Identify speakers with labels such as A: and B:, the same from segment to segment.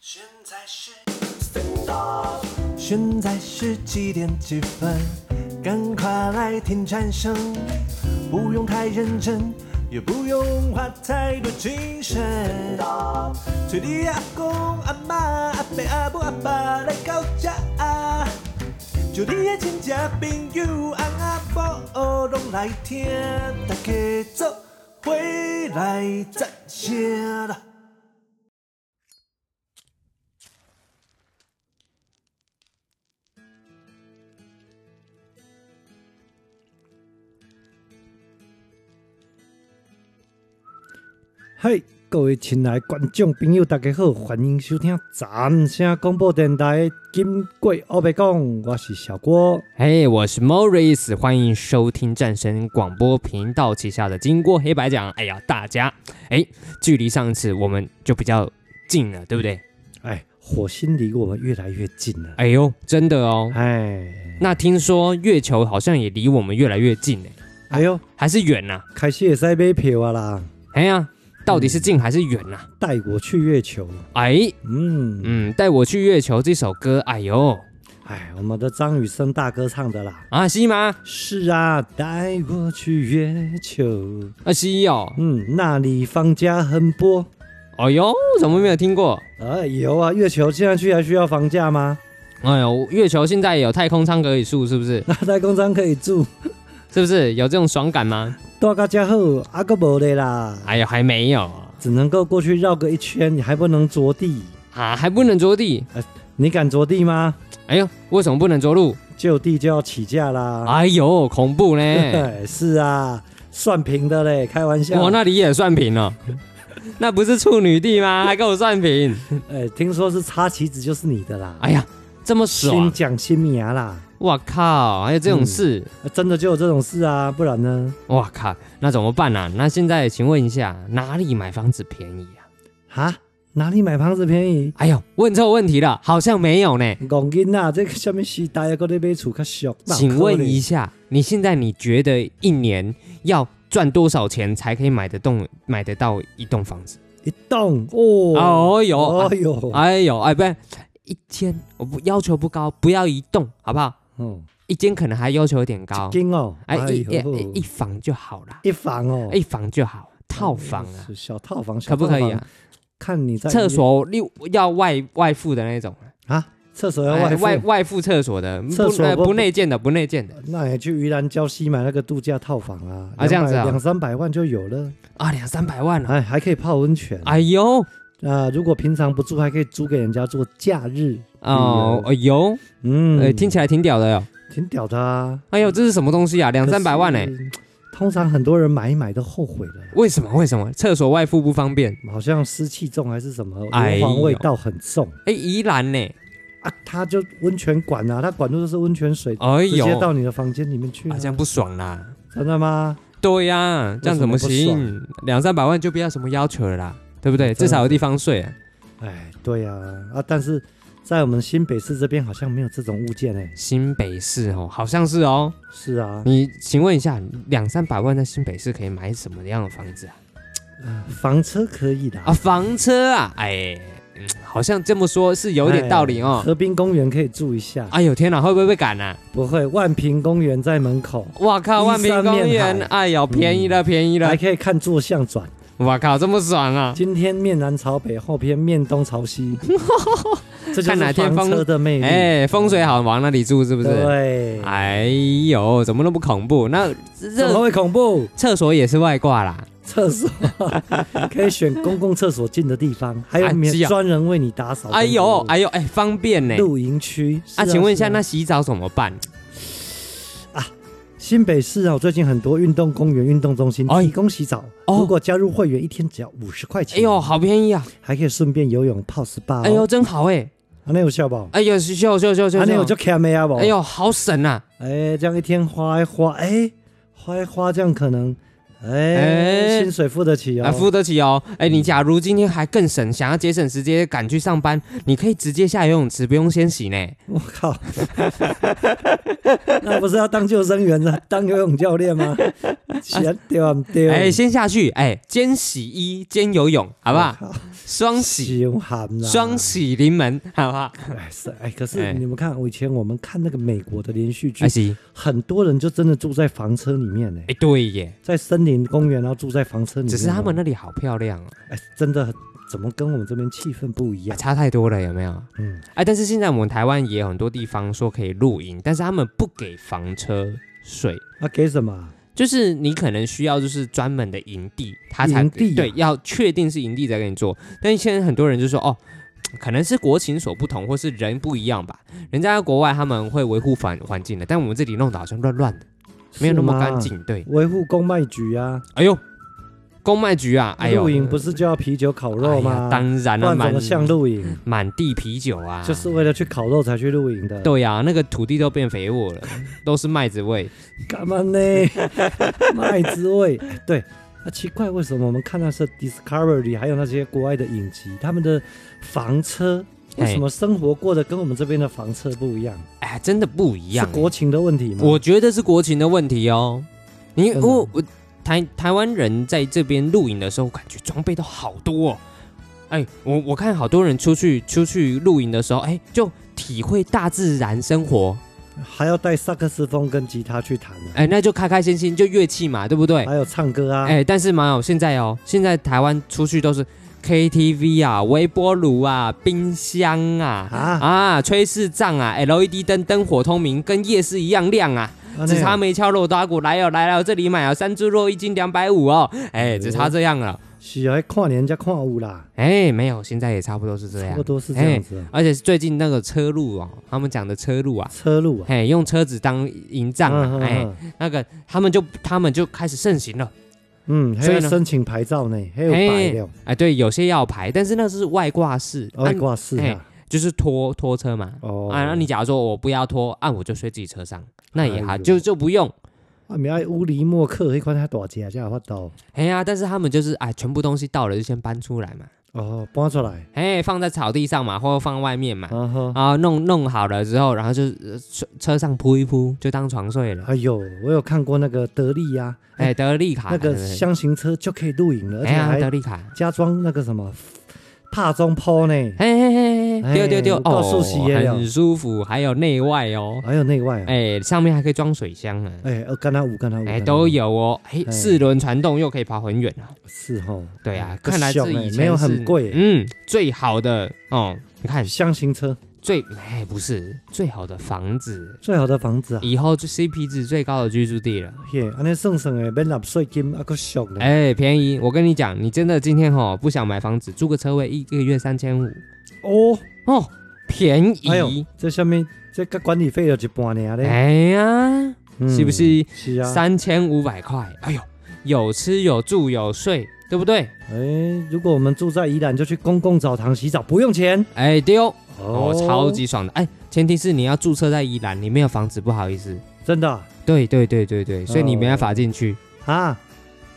A: 现在是，现在是几点几分？赶快来听蝉声，不用太认真，也不用花太多精神。催你阿公阿妈阿伯阿母阿爸来到家，就你的亲戚朋友翁阿婆拢来听，大家做伙来赞声啦！
B: 嗨，各位亲爱的观众朋友，大家好，欢迎收听掌声广播电台《金贵欧白讲》，我是小郭。
C: 嘿我是 Morris，欢迎收听战神广播频道旗下的《经过黑白讲》。哎呀，大家，哎，距离上次我们就比较近了，对不对？
B: 哎，火星离我们越来越近了。
C: 哎呦，真的哦。
B: 哎，
C: 那听说月球好像也离我们越来越近呢，
B: 哎呦，
C: 还是远呐、啊
B: 开始也在买票啊啦，
C: 哎呀，到底是近还是远呐、
B: 带我去月球。
C: 哎，
B: 嗯，
C: 嗯，带我去月球这首歌，哎呦，
B: 哎，我们的张雨生大哥唱的啦。
C: 啊西吗？
B: 是啊，带我去月球。
C: 啊西哦，
B: 嗯，那里房价很波。
C: 哎呦，怎么没有听过？
B: 哎，有啊，月球现在去还需要房价吗？
C: 哎呦，月球现在有太空舱可以住，是不是？
B: 那太空舱可以住。
C: 是不是有这种爽感吗？
B: 大家家好，啊阿个无的啦，
C: 哎呦，还没有啊
B: 只能够过去绕个一圈，你还不能着地。
C: 啊，还不能着地。
B: 你敢着地吗？
C: 哎呦，为什么不能着陆？
B: 就地就要起价啦。
C: 哎呦，恐怖 呢！
B: 哎，是啊，算平的嘞，开玩笑。
C: 我那里也算平 了，那不是处女地吗？还跟我算平？
B: 哎，听说是插旗子就是你的啦。
C: 哎呀，这么
B: 新
C: 爽！
B: 讲新米牙啦、
C: 我靠，还有这种事！
B: 啊真的就有这种事啊，不然呢？
C: 我、靠，那怎么办啊？那现在请问一下，哪里买房子便宜啊？
B: 啊，哪里买房子便宜？
C: 哎呦，问错问题了，好像没有呢。
B: 戆囡仔，这个下面时代啊还搁咧买厝较俗。哪有
C: 请
B: 可
C: 问
B: 能
C: 一下，你现在你觉得一年要赚多少钱才可以买得动、买得到一栋房子？
B: 一栋哦，
C: 哦哟，啊
B: 哦哟，
C: 哎呦，哎，不是一间，我不要求不高，不要一栋，好不好？
B: 哦，
C: 一间可能还要求有点高，
B: 金哦，
C: 哎，一
B: 呦
C: 一一房就好啦，
B: 一房哦，嗯
C: 一房就好，套房啊，
B: 是小套房，小
C: 可不
B: 套
C: 可以
B: 房？
C: 啊？
B: 看你在
C: 厕所六要外外附的那种，
B: 啊，厕所要
C: 哎
B: 外
C: 外
B: 外，
C: 外附厕所的，
B: 厕
C: 不
B: 所
C: 呃
B: 不
C: 不内建的，不内建的
B: 那也去宜兰礁溪买那个度假套房啊，
C: 啊这样子啊
B: 200两三百万就有了，
C: 啊，两三百万啊！
B: 哎，还可以泡温泉啊。
C: 哎呦，
B: 如果平常不住，还可以租给人家做假日
C: 哦，
B: 旅游
C: 哎呦，哎，
B: 嗯，
C: 听起来挺屌的哟。
B: 挺屌的啊，
C: 哎呦，这是什么东西啊？两三百万呢？
B: 可是通常很多人买一买都后悔了啦。
C: 为什么？为什么？厕所外附不方便？
B: 好像湿气重还是什么，
C: 哎
B: 硫
C: 呦
B: 磺味道很重、
C: 哎，宜兰呢？
B: 啊！它就温泉管啊，它管住就是温泉水，
C: 哎
B: 直接
C: 呦，
B: 到你的房间里面去、啊
C: 啊，这样不爽啦。
B: 真的吗？
C: 对呀、这样怎么
B: 为什么
C: 行？两三百万就不要什么要求了啦，对不对？
B: 真的
C: 至少有地方睡、
B: 哎，对呀、啊，但是在我们新北市这边好像没有这种物件哎、
C: 新北市哦，好像是哦。
B: 是啊，
C: 你请问一下，两三百万在新北市可以买什么样的房子啊？
B: 呃房车可以的
C: 啊，房车啊，哎，嗯好像这么说是有点道理
B: 哎
C: 哦。
B: 河滨公园可以住一下，
C: 哎呦天哪，会不会被赶啊？
B: 不会，万平公园在门口，
C: 哇靠，万平
B: 依山
C: 公园
B: 面，嗯
C: 哎呦，便宜了，便宜了
B: 还！可以看坐向转。
C: 哇靠，这么爽啊！
B: 今天面南朝北，后天面东朝西，这就
C: 看哪
B: 是
C: 天
B: 房
C: 风
B: 车的魅力。
C: 哎，风水好，往那里住是不是？
B: 对，
C: 哎呦，怎么那么恐怖？那
B: 怎么
C: 热
B: 会恐怖？
C: 厕所也是外挂啦。
B: 厕所可以选公共厕所近的地方，还有
C: 啊
B: 免
C: 是啊
B: 专人为你打扫。
C: 哎呦，哎呦，哎，方便呢。
B: 露营区是
C: 啊，请问一下，
B: 是啊
C: 那洗澡怎么办？
B: 新北市哦，最近很多运动公园、运动中心
C: 哎
B: 提供洗澡，
C: 哦
B: 如果加入会员，一天只要五十块钱。
C: 哎呦，，好便宜啊！
B: 还可以顺便游泳、泡 SPA、哦。
C: 哎呦，，真好哎！
B: 那有效不？啊，
C: 哎呦，秀秀秀秀秀，
B: 那有就 c a m e r 不？
C: 哎，呦，好省啊！
B: 哎，这样一天花一花，哎，花一花，这样可能哎，薪水付得起
C: 啊，
B: 哦，
C: 付得起哦。哎，你假如今天还更省，想要节省时间赶去上班，你可以直接下游泳池，不用先洗呢。
B: 我靠， 那不是要当救生员呢， 当游泳教练 吗？钱对啊，对
C: 哎，先下去，哎，兼洗衣兼游泳，好不好？双洗
B: 心寒啦，
C: 双洗临门，好不好？
B: 啊哎是哎，可
C: 哎
B: 是你们看，我以前我们看那个美国的连续剧
C: 哎，洗，
B: 很多人就真的住在房车里面呢，
C: 哎，对耶，
B: 在森林公园，然后住在房车里面哦。
C: 只是他们那里好漂亮哦，
B: 哎，真的怎么跟我们这边气氛不一
C: 哎
B: 样？
C: 差太多了，有没有？
B: 嗯，
C: 哎，但是现在我们台湾也有很多地方说可以露营，但是他们不给房车税。
B: 啊，给什么？
C: 就是你可能需要就是专门的营地，他才
B: 营地啊
C: 对要确定是营地才给你做。但是现在很多人就说哦，可能是国情所不同，或是人不一样吧。人家在国外他们会维护环环境的，但我们这里弄得好像乱乱的，没有那么
B: 是吗
C: 干。净。对，
B: 维护公卖局啊，
C: 哎呦，公卖局啊，哎呦，
B: 露营不是就要啤酒烤
C: 哎
B: 肉
C: 呀
B: 吗？
C: 当然
B: 不然
C: 了、
B: 怎
C: 满
B: 么像露营？
C: 满地啤酒啊，
B: 就是为了去烤肉才去露营的。
C: 对呀、啊那个土地都变肥沃了，都是麦子味。
B: 干嘛呢？ 麦滋味。哎对，啊，奇怪，为什么我们看那些 Discovery 还有那些国外的影集，他们的房车为什么生活过得跟我们这边的房车不一样？
C: 哎，真的不一
B: 是
C: 样。
B: 国情的问题吗？
C: 我觉得是国情的问题哦。你
B: 真的
C: 我我台台湾人在这边露营的时候，感觉装备都好多哦。哎，我我看好多人出去出去露营的时候，哎，就体会大自然生活，
B: 还要带萨克斯风跟吉他去弹啊，
C: 哎，那就开开心心，就乐器嘛，对不对？
B: 还有唱歌啊。
C: 哎，但是嘛，哦现在哦，现在台湾出去都是 KTV 啊、微波炉啊、冰箱啊。
B: 啊，
C: 啊，炊事帐啊，LED 灯灯火通明，跟夜市一样亮啊！
B: 啊
C: 只差
B: 那
C: 没敲锣打鼓，来哦来哦，这里买哦，三猪肉一斤两百五哦，哎，
B: 嗯
C: 只差这样了，
B: 喜欢看人家看舞啦，
C: 哎，没有，现在也差不多是这
B: 差
C: 样
B: 不，多是这样子啊。
C: 而且是最近那个车路哦，他们讲的车路啊。
B: 车路啊，
C: 哎，用车子当营帐啊！
B: 嗯
C: 哎，，那个他们就他们就开始盛行了。
B: 嗯，嗯还
C: 所以
B: 有
C: 呢
B: 申请牌照呢，还有
C: 嘿
B: 白料，
C: 哎，对，有些要牌，但是那是外挂式，
B: 外
C: 啊
B: 挂式
C: 哎
B: 啊。
C: 就是拖拖车嘛。
B: 哦，
C: 啊，那你假如说我不要拖，啊，我就睡自己车上，那也
B: 哎
C: 好，
B: 呦
C: 就就不用。
B: 啊，咪爱乌里莫克迄款较大只，才有法度
C: 哎呀，但是他们就是哎，全部东西到了就先搬出来嘛。
B: 哦搬出来。
C: 哎，放在草地上嘛，或者放外面嘛，
B: 啊哈，
C: 啊，弄弄好了之后，然后就呃车车上铺一铺，就当床 睡了。
B: 哎呦，我有看过那个德利呀、
C: 哎，德利卡
B: 那个
C: 对不对
B: 箱型车就可以露营了，而且
C: 哎呀，德
B: 还
C: 利卡，
B: 加装那个什么帕中坡呢，
C: 嘿嘿嘿嘿，
B: 哎
C: 丢丢丢，
B: 我
C: 哦
B: 告诉喜爷，了
C: 很舒服，还有内外哦，
B: 还有内外啊，
C: 哎，上面还可以装水箱啊，
B: 哎，呃，跟他五跟他五，
C: 哎，都有哦，哎，
B: 哎
C: 四轮传动又可以跑很远啊，
B: 是哈，
C: 对啊，
B: 不
C: 看来这
B: 小
C: 以
B: 哎
C: 前
B: 没有
C: 是
B: 很贵欸，
C: 嗯，最好的哦，你看
B: 箱型车
C: 最哎不是最好的房子，
B: 最好的房子啊，
C: 以后就 CP 值最高的居住地了。
B: 嘿，安尼算算诶，免纳税金啊，够俗呢，
C: 哎、便宜！我跟你讲，你真的今天吼不想买房子，租个车位一个月三千五
B: 哦，
C: 哦，便
B: 哎呦
C: 宜！，
B: 这下面这个管理费有一半呢
C: 哎
B: 嘞，
C: 呀，
B: 嗯
C: 是不？是
B: 是啊，
C: 三千五百块？哎呦，有吃有住有睡，对不对？
B: 哎，如果我们住在宜兰，就去公共澡堂洗澡，不用钱
C: 哎丢哦，超级爽的！哎，前提是你要注册在宜兰，你没有房子不好意思。
B: 真的啊
C: 对对对对对，所以你没办法进去，
B: 啊？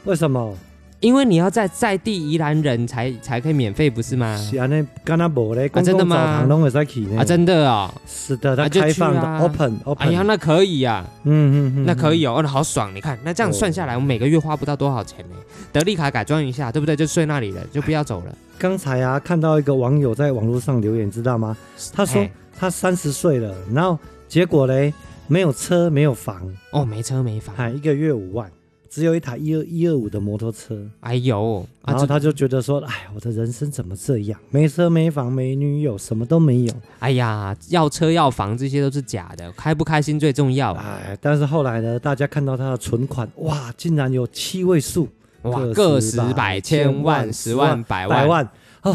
B: 为什么？
C: 因为你要在在地宜兰人才才可以免费，不是吗？
B: 是安尼，敢若无咧，
C: 啊
B: 公
C: 真的
B: 共澡
C: 吗
B: 堂拢会使去呢。
C: 啊，真的哦，
B: 是的，它
C: 啊就去啊
B: 开放的，open
C: 哎
B: open。
C: 呀，那可以啊呀、
B: 嗯嗯嗯，
C: 那可以
B: 哦。
C: 哦，哦那好爽！你看，那这样
B: 哦
C: 算下来，我每个月花不到多少钱呢？德利卡改装一下，对不对？就睡那
B: 哎
C: 里了，就不要走了。
B: 刚才啊，看到一个网友在网络上留言，知道吗？他说
C: 哎
B: 他三十岁了，然后结果嘞，没有车，没有房，：“哎
C: 哦，没车没房，
B: 还一个月五万，只有一台一二一二五的摩托车。
C: 哎呦，啊，
B: 然后
C: 这，
B: 他就觉得说，哎，我的人生怎么这样？没车没房没女友，什么都没有。
C: 哎呀，要车要房这些都是假的，开不开心最重要。啊
B: 哎，但是后来呢，大家看到他的存款，哇，竟然有七位数，
C: 哇，
B: 个
C: 个
B: 十
C: 十百
B: 百
C: 千
B: 千
C: 万
B: 万
C: 十
B: 十
C: 万
B: 万
C: 百
B: 百
C: 万
B: 万哦，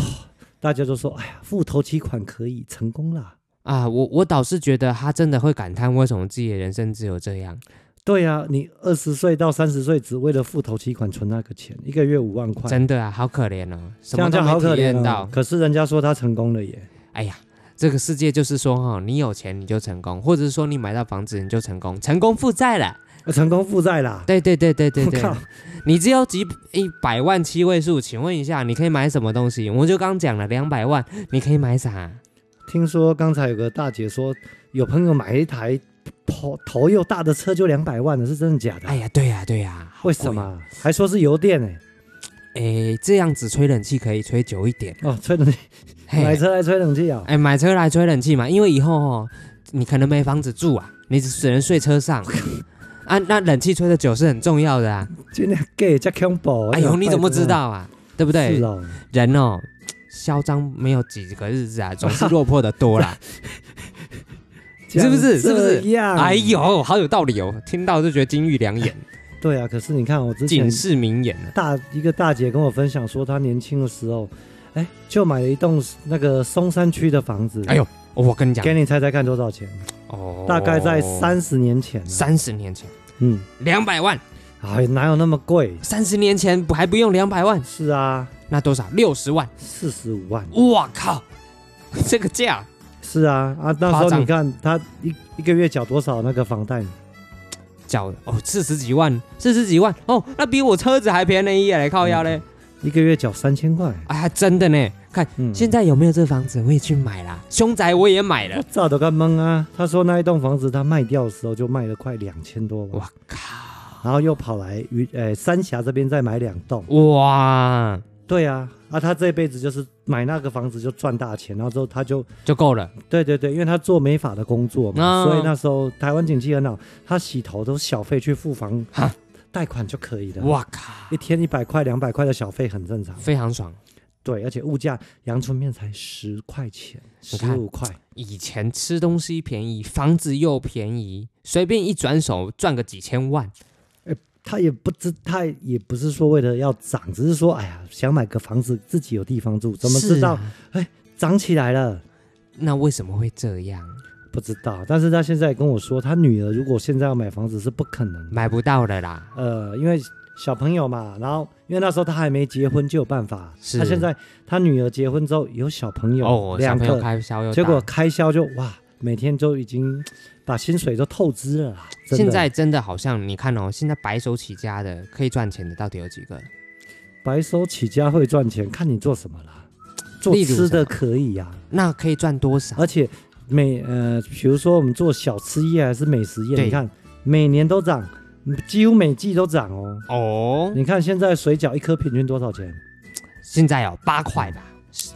B: 大家都说，哎呀，付头期款可以成功啦。
C: 啊！我我倒是觉得他真的会感叹，为什么自己的人生只有这样？
B: 对呀、啊，你二十岁到三十岁，只为了付头期款存那个钱，一个月五万块，
C: 真的啊，好可怜哦，什
B: 这
C: 么
B: 样
C: 都
B: 就好
C: 没
B: 可
C: 体
B: 怜
C: 验
B: 哦
C: 到。。
B: 可是人家说他成功了耶，
C: 哎呀。”这个世界就是说，哈，你有钱你就成功，或者是说你买到房子你就成功，成功负债了，
B: 呃成功负债啦。
C: 对对对对对
B: 我
C: 对，
B: 靠，
C: 你只有几一百万七位数，请问一下，你可以买什么东西？我就刚讲了，两百万你可以买
B: 啊
C: 啥？
B: 听说刚才有个大姐说，有朋友买一台头头又大的车就两百万了，是真的假的？
C: 哎呀，对呀、对呀、好
B: 为
C: 贵啊
B: 什？么？还说是油电呢、
C: 哎，这样子吹冷气可以吹久一点。
B: 哦，吹冷气，买
C: 嘿，
B: 车来吹冷气啊、
C: 哎，买车来吹冷气嘛，因为以后哦，你可能没房子住啊，你只能睡车上。啊，那冷气吹的久是很重要的啊。
B: 今天 gay 加 combo，
C: 哎呦，你怎么知？道啊？对不对
B: 是？哦，
C: 人哦，嚣张没有几个日子啊，总是落魄的多啦。是不
B: 讲
C: 是是不是
B: 这样，
C: 哎，呦，好有道理哦，听到就觉得金玉 良言，
B: 对啊。可是你看，我之前
C: 警世名言啊。
B: 大一个大姐跟我分享说，她年轻的时候，哎，就买了一栋那个松山区的房子。
C: 哎呦，哦我跟你讲
B: 给，你猜猜看多少钱？
C: 哦，
B: 大概在三十年前啊。
C: 三十年前，
B: 嗯，
C: 两百万，
B: 哎，哪有那么贵？
C: 三十年前不还不用两百万，
B: 是啊，
C: 那多少？六十万，
B: 四十五万。
C: 我靠， 这个价，
B: 是啊，啊，那时
C: 夸
B: 候
C: 张
B: 你看她一一个月缴多少那个房贷？
C: 缴哦四十几万，四十几万哦，那比我车子还便宜耶，来靠腰嘞，
B: 一个月缴三千块。
C: 哎，还真的呢，看
B: 嗯，
C: 现在有没有这房子，我也去买啦，凶宅我也买了，
B: 早都干懵啊！他说那一栋房子他卖掉的时候就卖了快两千多万，
C: 我靠，
B: 然后又跑来于呃三峡这边再买两栋。
C: 哇，
B: 对啊，啊他这辈子就是买那个房子就赚大钱，然后之后他就
C: 就够了，
B: 对对对，因为他做美发的工作嘛，
C: 啊
B: 所以那时候台湾景气很好，他洗头都小费去付房
C: 哈
B: 贷款就可以了。
C: 我靠，
B: 一天一百块、两百块的小费很正常，
C: 非常爽。
B: 对，而且物价阳春面才十块钱、
C: 你
B: 十
C: 看
B: 五块，
C: 以前吃东西便宜，房子又便宜，随便一转手赚个几千万，
B: 他也不知，他也不是说为了要涨，只是说，哎呀，想买个房子自己有地方住，怎么知道
C: 是啊
B: 涨起来了？
C: 那为什么会这样？
B: 不知道。但是他现在跟我说，他女儿如果现在要买房子是不可能的，
C: 买不到了啦。
B: 呃，因为小朋友嘛，然后因为那时候他还没结婚就有办法，
C: 是
B: 他现在他女儿结婚之后有小朋友，
C: 哦，小
B: 两
C: 朋友
B: 个，
C: 开销又大
B: 结果开销就哇，每天都已经把薪水都透支了啦。真的
C: 现在真的好像你看哦，现在白手起家的可以赚钱的到底有几个？
B: 白手起家会赚钱，看你做什么啦，做
C: 例如
B: 吃
C: 什
B: 的
C: 么
B: 可以呀、
C: 那可以赚多少？
B: 而且每呃，比如说我们做小吃业还是美食业，
C: 对
B: 你看每年都涨，几乎每季都涨哦。
C: 哦，
B: 你看现在水饺一颗平均多少钱？
C: 现在哦八块吧。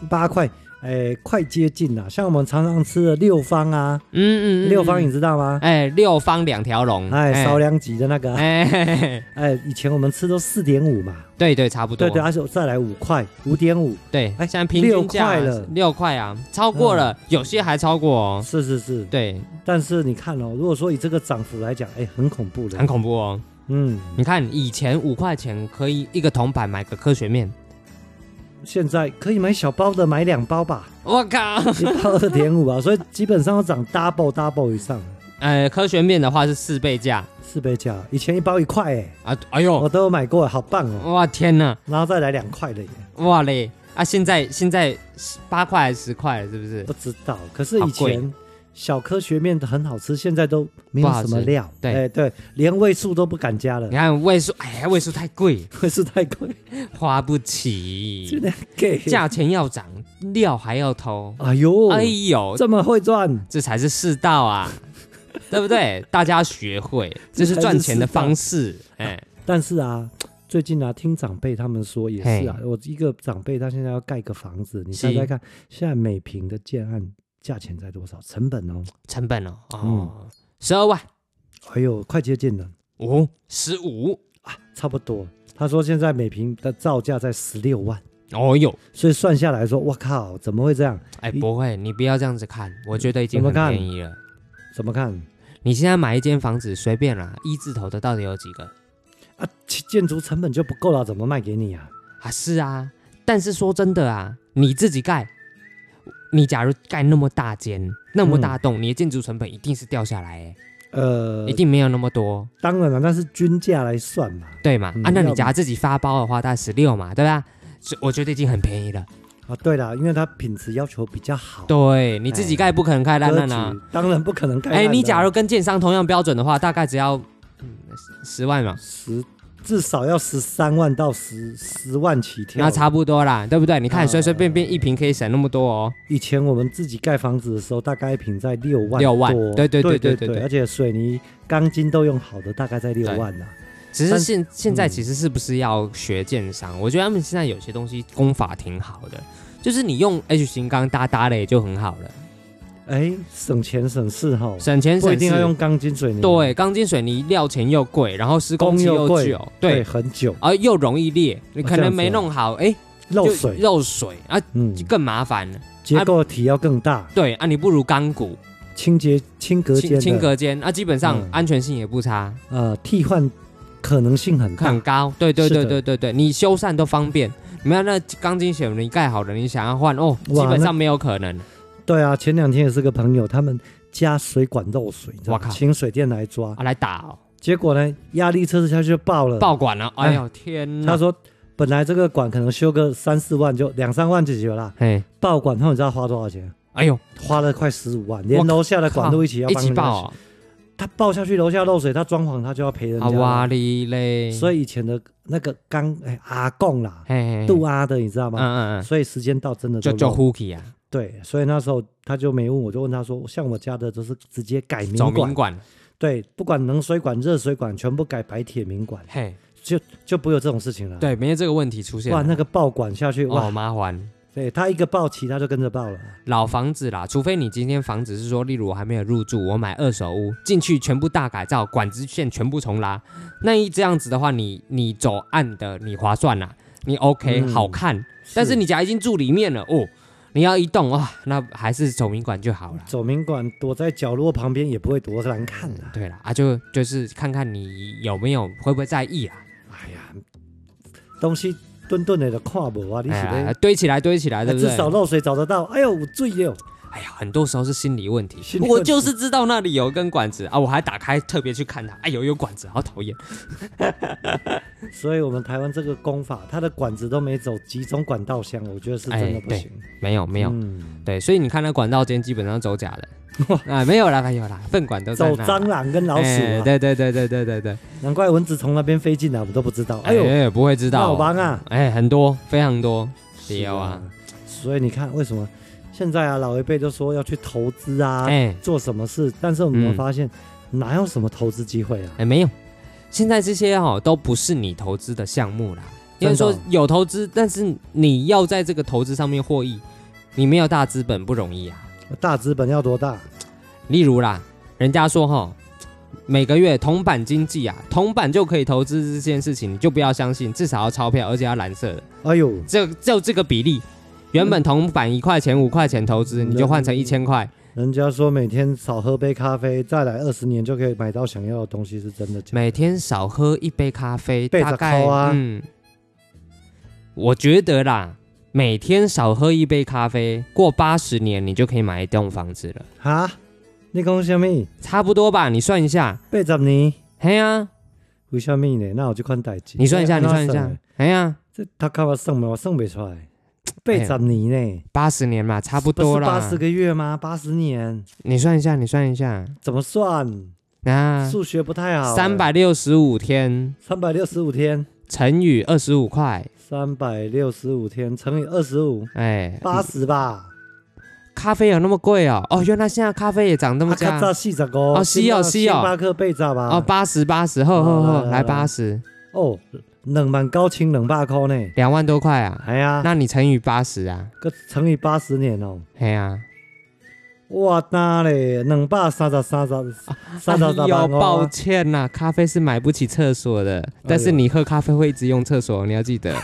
B: 八块，哎，快接近了。像我们常常吃的六方啊，
C: 嗯
B: 六方你知道吗？
C: 哎，六方两条龙，
B: 哎，少两级的那个，
C: 哎 嘿嘿嘿，
B: 哎，以前我们吃都四点五嘛，
C: 对对，差不多，啊
B: 对对，而且再来五块，五点五，
C: 对
B: 哎
C: 现在平均价
B: 六块了嗯
C: 六块啊，超过了，有些还超过哦。
B: 是是是。
C: 对，
B: 但是你看哦，如果说以这个涨幅来讲，哎，很恐怖
C: 很
B: 的。
C: 恐怖哦。
B: 嗯，
C: 你看，以前五块钱可以一个铜板买个科学面，
B: 现在可以买小包的，买两包吧。
C: 我靠！
B: 一包二点五啊，所以基本上要涨 double double 以上，
C: 呃，科学面的话是四倍价
B: 四倍价。以前一包一块哎、
C: 啊！哎呦，
B: 我都有买过，好棒哦。
C: 哇天呐，
B: 然后再来两块的耶，
C: 哇嘞！啊，现在现在八块还是十块了，是不是？
B: 不知道。可是以
C: 好贵
B: 前小科学面很好吃，现在都没有什么料，
C: 对
B: 哎对，连位数都不敢加了
C: 你，看位数，哎呀，位数太贵，
B: 位数太贵，
C: 花不
B: 就
C: 起，
B: 那给。
C: 价钱要涨，料还要偷，
B: 哎呦，
C: 哎呦，
B: 这么会赚，
C: 这才是世道 啊，对不对？大家学会，这是赚钱的方式，哎，
B: 但是啊。最近啊，听长辈他们说也是啊，我一个长辈他现在要盖个房子，你猜
C: 是
B: 猜看，现在每平的建案价钱在多少？成本哦，
C: 成本哦，哦，十二万
B: 哎呦，快接近了
C: 五十五，
B: 啊，差不多。他说现在每平的造价在十六万，
C: 哦哟，
B: 所以算下来说，我靠，怎么会这样？
C: 哎，
B: 一
C: 不会，你不要这样子看，我觉得已经
B: 怎么
C: 很
B: 看
C: 便宜了。
B: 怎么看
C: 你现在买一间房子随便啦，一字头的到底有几个？
B: 啊？其建筑成本就不够了，怎么卖给你啊？
C: 啊，是啊，但是说真的啊，你自己盖，你假如盖那么大间、那么大
B: 嗯
C: 栋，你的建筑成本一定是掉下来、欸，
B: 呃
C: 一，定没有那么多，
B: 当然了，那是均价来算嘛。
C: 对嘛？
B: 嗯
C: 啊，那
B: 要
C: 你
B: 不
C: 假如自己发包的话，大概十六嘛，对吧？所以我觉得已经很便宜了。
B: 啊，对啦，因为它品质要求比较好，
C: 对，你自己盖不可能开烂
B: 格
C: 烂
B: 局
C: 啊。
B: 当然不可能盖烂
C: 哎、
B: 的。
C: 你假如跟建商同样标准的话，大概只要嗯十万嘛，
B: 十至少要十三万到十十万起跳。
C: 那差不多啦，对不对？你看随随便便一瓶可以省那么多哦。
B: 以前我们自己盖房子的时候，大概一平在六万多，
C: 6万对
B: 对对
C: 对对对对对
B: 而且水泥、钢筋都用好的，大概在六万呐、
C: 只是
B: 但
C: 现现在
B: 嗯
C: 其实是不是要学建商？我觉得他们现在有些东西功法挺好的，就是你用 H 型钢搭搭的也就很好了，
B: 哎，省钱省事哈，
C: 省钱
B: 不
C: 省事。
B: 一定要用钢筋水泥，
C: 对，钢筋水泥料钱又贵，然后施工期
B: 工又贵
C: 久，
B: 对，
C: 对，
B: 很久
C: 而又容易裂，你可
B: 这样
C: 能
B: 子
C: 没
B: 哦
C: 弄好，哎，
B: 漏
C: 就
B: 水，
C: 漏水啊，
B: 嗯，
C: 就更麻烦了。
B: 结构体要更大，
C: 对啊，你不如钢骨
B: 清洁清隔间
C: 轻
B: 的
C: 轻隔间啊，基本上
B: 嗯
C: 安全性也不差，
B: 呃替换可能性很大
C: 很，高。对对
B: 啊是
C: 对
B: 的
C: 对对对，你修缮都方便。你看那钢筋水泥盖好了，你想要换哦，基
B: 哇
C: 本
B: 那
C: 上没有可能。
B: 对啊，前两天也是个朋友，他们家水管漏水，你知道
C: 哇靠
B: 吗请水电来抓，
C: 啊，来打哦，
B: 结果呢，压力测试下去就爆了。
C: 爆管了！哎
B: 哎
C: 呦天
B: 他
C: 哪！
B: 说，本来这个管可能修个三四万就两三万就解决了，
C: 哎，
B: 爆管后你知道花多少钱？
C: 哎呦，
B: 花了快十五万，
C: 我
B: 连
C: 靠
B: 楼下的管路一起要
C: 一
B: 帮
C: 起
B: 人家
C: 爆
B: 修
C: 哦
B: 他爆下去，楼下漏水，他装潢他就要赔人
C: 啊
B: 家
C: 哇
B: 了。
C: 哩嘞！
B: 所
C: 以，
B: 以以前的那个钢哎阿贡啦，
C: 嘿嘿，
B: 杜阿的你知道
C: 嗯
B: 吗？
C: 哎嗯嗯，
B: 所以时间到真的
C: 就
B: 都
C: 就
B: 漏
C: hooky 啊，
B: 对，所以那时候他就没问我，就问他说，像我家的都是直接改明
C: 走
B: 管
C: 民，管，
B: 对，不管冷水管、热水管，全部改白铁明管，
C: 嘿，
B: 就就不会有这种事情了。
C: 对，没有这个问题出现
B: 哇，
C: 了。
B: 那个爆管下去，哇，
C: 哦，麻烦。
B: 对他一个爆，其他就跟着爆了。
C: 老房子啦，除非你今天房子是说，例如我还没有入住，我买二手屋进去全部大改造，管子线全部重拉，那一这样子的话，你你走暗的你划算啦，你 OK、
B: 嗯
C: 好看，但是你假如已经住里面了哦，你要移动哇、那还是走民管就好了。
B: 走民管躲在角落旁边也不会多难看的、
C: 对了啊，就就是看看你有没有会不会在意啊，
B: 哎呀，东西顿顿的就看不啊，你
C: 哎
B: 是
C: 呀
B: 的，哎
C: 堆起来堆起来，对不
B: 至
C: 对？
B: 少漏水找得到。哎呦，我醉了，
C: 哎呀，很多时候是心理问题。
B: 心理
C: 我
B: 问题
C: 就是知道那里有一根管子啊，我还打开特别去看它，哎呦有管子，好讨厌。
B: 所以我们台湾这个工法，它的管子都没走集中管道箱，我觉得是真的不行。
C: 没有哎没有，
B: 嗯
C: 对，所以你看那管道间基本上走假的， 啊没有啦，没有啦，粪管都在
B: 走
C: 那
B: 蟑螂跟老鼠
C: 哎
B: 啊，
C: 对对对对对对对，
B: 难怪蚊子从那边飞进来，我们都不知道。哎
C: 哎
B: 呦，
C: 呦不会知道
B: 老
C: 哦，
B: 王啊，
C: 哎很多非常多，
B: 是
C: 有啊，，
B: 所以你看为什么现在啊老一辈都说要去投资啊，
C: 哎
B: 做什么事，但是我们
C: 嗯
B: 发现、哪有什么投资机会啊？
C: 哎没有，现在这些哦都不是你投资的项目啦，应该
B: 真的
C: 说
B: 哦
C: 有投资，但是你要在这个投资上面获益，你没有大资本不容易啊。
B: 大资本要多大？
C: 例如啦，人家说哈，每个月铜板经济啊，铜板就可以投资这件事情，你就不要相信，至少要钞票，而且要蓝色的，
B: 哎呦，
C: 这就这个比例。原本铜板一块钱、五块钱投资，
B: 嗯
C: 你就换成一千块，
B: 人家说每天少喝杯咖啡，再来二十年就可以买到想要的东西，是真的假的？
C: 每天少喝一杯咖啡，
B: 背
C: 大
B: 着
C: 概
B: 抠啊
C: 嗯，我觉得啦，每天少喝一杯咖啡，过八十年你就可以买一栋房子了，
B: 哈，你讲什么？
C: 差不多吧？你算一下，
B: 八十年？
C: 嘿呀、
B: 为什么呢？那我就看代志。
C: 你算一下，
B: 哎
C: 你算一下，，嘿呀、
B: 这他看我算吗？我算不出来。八十年呢？
C: 八十年嘛，差不多啦。
B: 八十个月吗？八十年
C: 你算一下，你算一下，
B: 怎么算？
C: 那
B: 数学不太好。
C: 三百六十五天
B: 三百六十五天，
C: 乘以二十五块，
B: 三百六十五天乘以二十五，
C: 哎，
B: 八十吧。
C: 咖啡有那么贵哦？哦，原来现在咖啡也涨那么
B: 啊，
C: 价
B: 较早四十五，
C: 哦是哦是哦
B: 星巴克八十吧。
C: 哦，八十八十，呵呵呵，
B: 来来
C: 来
B: 来
C: 八十，
B: 哦，两万九千两百块呢。
C: 两万多块啊，
B: 哎呀，
C: 那你乘以八十啊，
B: 个乘以八十年哦，
C: 嘿啊呀，
B: 哇那嘞，两百三十三十三十三
C: 哎呦
B: 万
C: 抱
B: 哦，
C: 歉呐，咖啡是买不起厕所的，但
B: 哎
C: 是
B: 呦
C: 你喝咖啡会一直用厕所，你要 记得，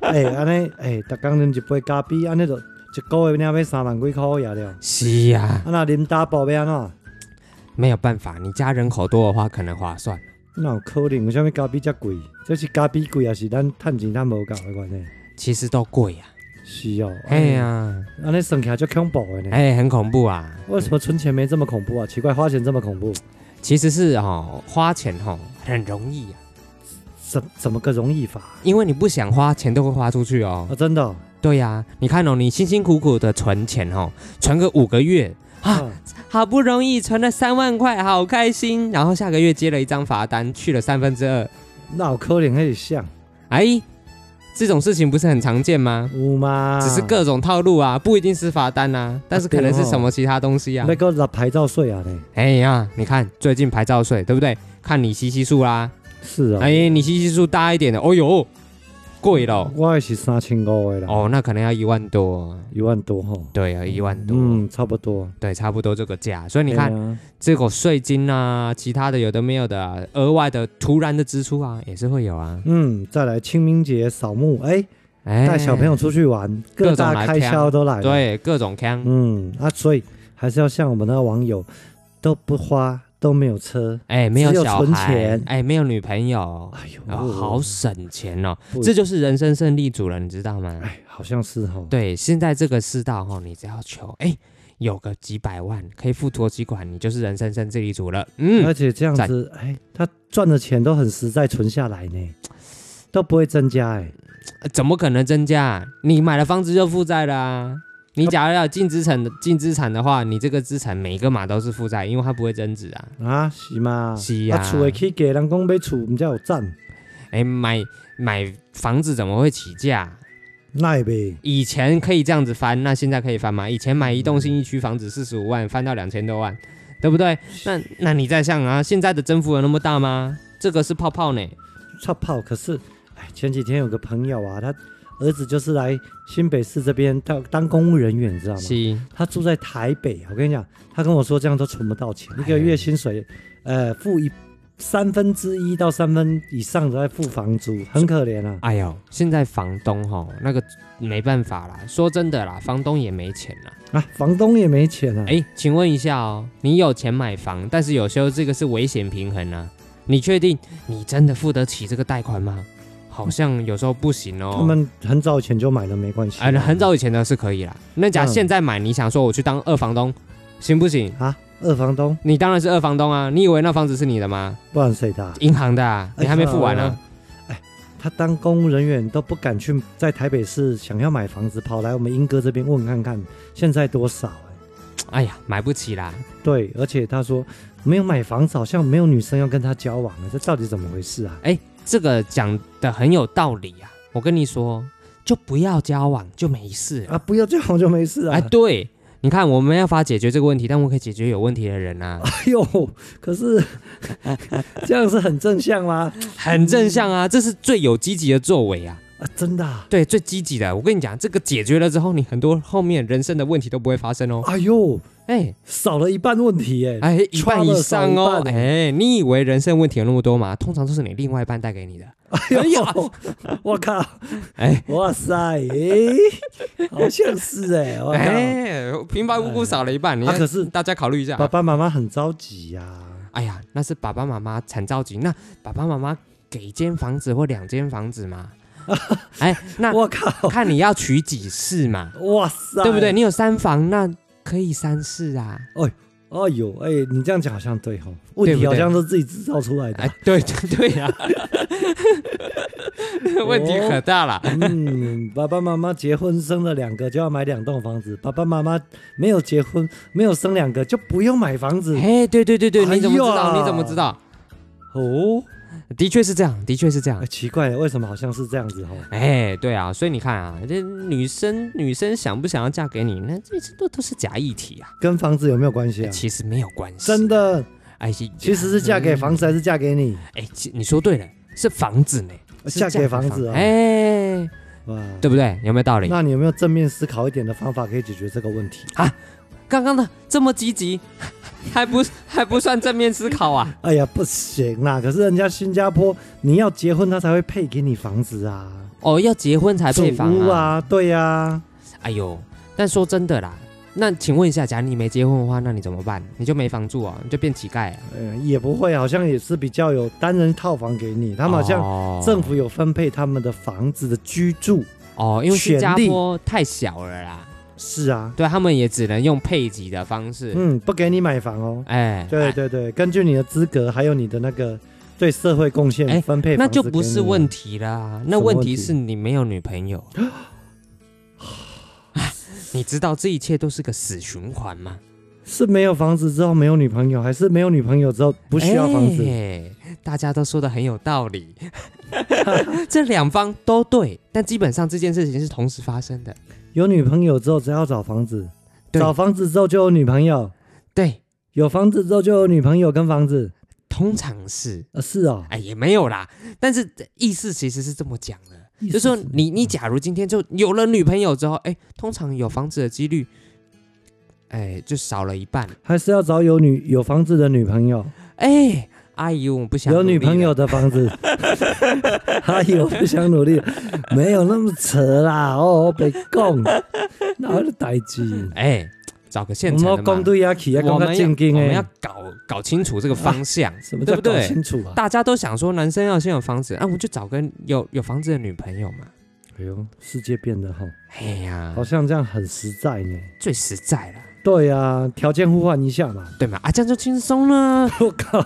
B: 哎，安尼哎，逐工啉一杯咖啡，安尼就一个月领要三万几块也了。
C: 是呀、
B: 啊，那啉大包要安
C: 没有办法，你家人口多的话可能划算。
B: 怎？哪有可能？为什么咖啡遮贵？这是咖啡贵，还是咱趁钱趁无够的关系？
C: 其实都贵啊呀、
B: 是哦，
C: 哎，呀，
B: 安尼算起来就恐怖的呢。
C: 哎、很恐怖啊！
B: 为什么存钱没这么恐怖啊？奇怪，花钱这么恐怖，
C: 其实是哦，花钱哦很容易啊，
B: 怎怎么个容易法
C: 因为你不想花钱都会花出去哦
B: 啊？。真的哦
C: 对呀、你看哦，你辛辛苦苦的存钱哦，存个五个月啊，啊，好不容易存了三万块，好开心。然后下个月接了一张罚单，去了三分之二。
B: 脑壳脸很像
C: 哎，这种事情不是很常见吗？
B: 有吗？
C: 只是各种套路啊，不一定是罚单啊，但是可能是什么其他东西啊
B: 那。个拿牌照税啊嘞，
C: 哎呀，你看最近牌照税对不对？看你吸吸数啦，
B: 是啊，
C: 哎，你吸吸数大一点的，哦呦，贵了哦
B: 我也是三千五的啦，
C: 哦，那可能要一万多。
B: 一万多哈，
C: 对啊，一万多，
B: 嗯，差不多。
C: 对，差不多这个价。所以你看，
B: 哎呀
C: 这个税金啊，其他的有的没有的啊、额外的突然的支出啊，也是会有啊。
B: 嗯，再来清明节扫墓，哎，
C: 哎，
B: 带小朋友出去玩，各
C: 种
B: 大
C: 来
B: 开销都来了。，
C: 对各种坑，
B: 嗯，啊，所以还是要像我们的网友，都不花，都没有车，
C: 哎，没有
B: 只有
C: 小
B: 存
C: 孩
B: 钱，
C: 哎，没有女朋友，
B: 哎呦，
C: 啊，好省钱哦
B: 不，
C: 这就是人生胜利组了，你知道吗？
B: 哎，好像是哈、哦。
C: 对，现在这个世道哈、你只要求哎有个几百万可以付托几款，你就是人生胜利组了。嗯
B: 而，且这样子，哎，他赚的钱都很实在，存下来呢，都不会增加哎。
C: 呃怎么可能增加？你买了房子就负债啦、你假如要有净资产的净资产的话，你这个资产每一个码都是负债，因为它不会增值啊。
B: 啊，是吗？
C: 是
B: 啊，
C: 呀、
B: 厝会去给人讲买厝，毋才有赚，
C: 哎、买买房子怎么会起价？
B: 那呗。
C: 以前可以这样子翻，那现在可以翻吗？以前买一栋新一区房子四十五万，翻到两千多万，对不对？那那你再想啊，现在的增幅有那么大吗？这个是泡泡呢。
B: 超炮。可是，哎，前几天有个朋友啊，他儿子就是来新北市这边当当公务人员，你知道吗？
C: 是，
B: 他住在台北，我跟你讲，他跟我说这样都存不到钱，
C: 哎
B: 一个月薪水，呃，付一三分之一到三分以上都在付房租，很可怜啊。
C: 哎呦，现在房东哈那个没办法啦，说真的啦，房东也没钱啦。
B: 啊，房东也没钱啊。
C: 哎，请问一下哦，你有钱买房，但是有时候这个是危险平衡啊。你确定你真的付得起这个贷款吗？好像有时候不行哦。
B: 他们很早以前就买了，没关系。啊
C: 哎、很早以前的是可以啦。那假
B: 嗯
C: 如现在买，你想说我去当二房东，行不行？
B: 啊，二房东，
C: 你当然是二房东啊！你以为那房子是你的吗？
B: 不然谁的啊、
C: 银行的、啊，你还没付完呢、啊。
B: 哎，他当公务人员都不敢去在台北市想要买房子，跑来我们英哥这边问看看现在多少、哎，
C: 哎呀，买不起啦！
B: 对，而且他说没有买房子，好像没有女生要跟他交往了，这到底怎么回事啊？
C: 这个讲的很有道理啊！我跟你说，就不要交往，就没事了。
B: 啊，不要交往就没事啊！
C: 哎，对，你看我没办法解决这个问题，但我可以解决有问题的人 啊，
B: 哎呦，可 是这样是很正向吗？
C: 很正向啊，这是最有积极的作为啊。
B: 啊，真的、啊，
C: 对，最积极的。我跟你讲，这个解决了之后，你很多后面人生的问题都不会发生哦。
B: 哎呦，
C: 哎，
B: 少了一半问题哎、
C: 哎，一半以上哦
B: 抓了少一！半欸
C: 哎，你以为人生问题有那么多吗？通常都是你另外一半带给你的。
B: 哎呦，我靠，
C: 哎
B: 哇塞，哎、好像是哎、我靠。
C: 哎，平白无故少了一半，你
B: 啊啊可是
C: 大家考虑一下。
B: 爸爸妈妈很着急呀、
C: 哎呀，那是爸爸妈妈很着急，那爸爸妈妈给一间房子或两间房子 嘛？哎，那
B: 我靠！
C: 看你要娶几室 嘛，
B: 哇塞，
C: 对不对？？你有三房，那可以三室啊。
B: 哎呦，哎，你这样讲好像对吼，问
C: 对不
B: 题
C: 对
B: 好像是自己制造出来的。
C: 哎， 对对
B: 啊
C: 呀、 问题可大了。
B: 嗯，爸爸妈妈结婚生了两个就要买两栋房子，爸爸妈妈没有结婚没有生两个就不用买房子
C: 哎，对对对对，你怎么知
B: 哎
C: 道？
B: 呀
C: 你怎么知道？
B: 哦。
C: 的确是这样，的确是这样
B: 哎，。奇怪了，为什么好像是这样子吼？
C: 哎，对啊，所以你看啊，这女生女生想不想要嫁给你，那这这都都是假议题啊，
B: 跟房子有没有关系啊？
C: 其实没有关系。
B: 真，的，
C: 哎，
B: 其实是嫁给房子还是嫁给你？
C: 哎，其你说对了，是房子呢，是
B: 嫁给啊房子啊
C: 哎，
B: 哇，
C: 对不对？有没有道理？
B: 那你有没有正面思考一点的方法可以解决这个问题？
C: 刚刚的这么积极， 还不还不算正面思考啊？
B: 哎呀，不行啦！可是人家新加坡，你要结婚他才会配给你房子啊，
C: 哦，要结婚才配房
B: 祖屋
C: 啊？
B: 啊，对呀、
C: 哎呦，但说真的啦，那请问一下，假如你没结婚的话，那你怎么办？你就没房住啊？你就变乞丐啊？
B: 呃，也不会，好像也是比较有单人套房给你，他们好像
C: 像
B: 政府有分配他们的房子的居住。
C: 哦，因为新加
B: 权利
C: 坡太小了啦。
B: 是啊，
C: 对他们也只能用配给的方式。
B: 嗯，不给你买房哦。
C: 哎，
B: 对
C: 哎，
B: 对对，根据你的资格还有你的那个对社会贡
C: 哎
B: 献分配房子给你啊，
C: 那就不是问题啦。那
B: 什么
C: 问
B: 问
C: 题
B: 题
C: 是你没有女朋友。 你知道这一切都是个死循环吗？
B: 是没有房子之后没有女朋友，还是没有女朋友之后不需要房子？
C: 哎大家都说的很有道理， 这两方都对，但基本上这件事情是同时发生的。
B: 有女朋友之后只要找房子，
C: 对
B: 找房子之后就有女朋友，
C: 对，
B: 有房子之后就有女朋友跟房子。
C: 通常是，
B: 呃，是哦，
C: 哎，也没有啦。但是意思其实是这么讲的，就是说你你假如今天就有了女朋友之后，哎，通常有房子的几率，哎，就少了一半。
B: 还是要找有女有房子的女朋友，
C: 哎，阿姨，我不想
B: 有
C: 努
B: 女
C: 力
B: 朋
C: 了
B: 友的房 子。阿姨，我不想努力了，没有那么扯啦，哦，被供，哪有代志？
C: 哎，找个现
B: 我
C: 成
B: 们
C: 的
B: 要
C: 嘛
B: 公对呀，起要
C: 我
B: 公
C: 们
B: 他
C: 要
B: 正经
C: 我们要
B: 哎，
C: 搞搞清楚这个方向，
B: 什么
C: 对
B: 叫
C: 不
B: 搞
C: 对？
B: 清楚啊？
C: 大家都想说男生要先有房子，啊，我就找个有有房子的女朋友嘛。
B: 哎呦，世界变得好，
C: 哎呀
B: 好，像这样很实在呢。
C: 最实在了，
B: 对呀、啊，条件互换一下嘛。
C: 对嘛？啊，这样就轻松了，
B: 我靠，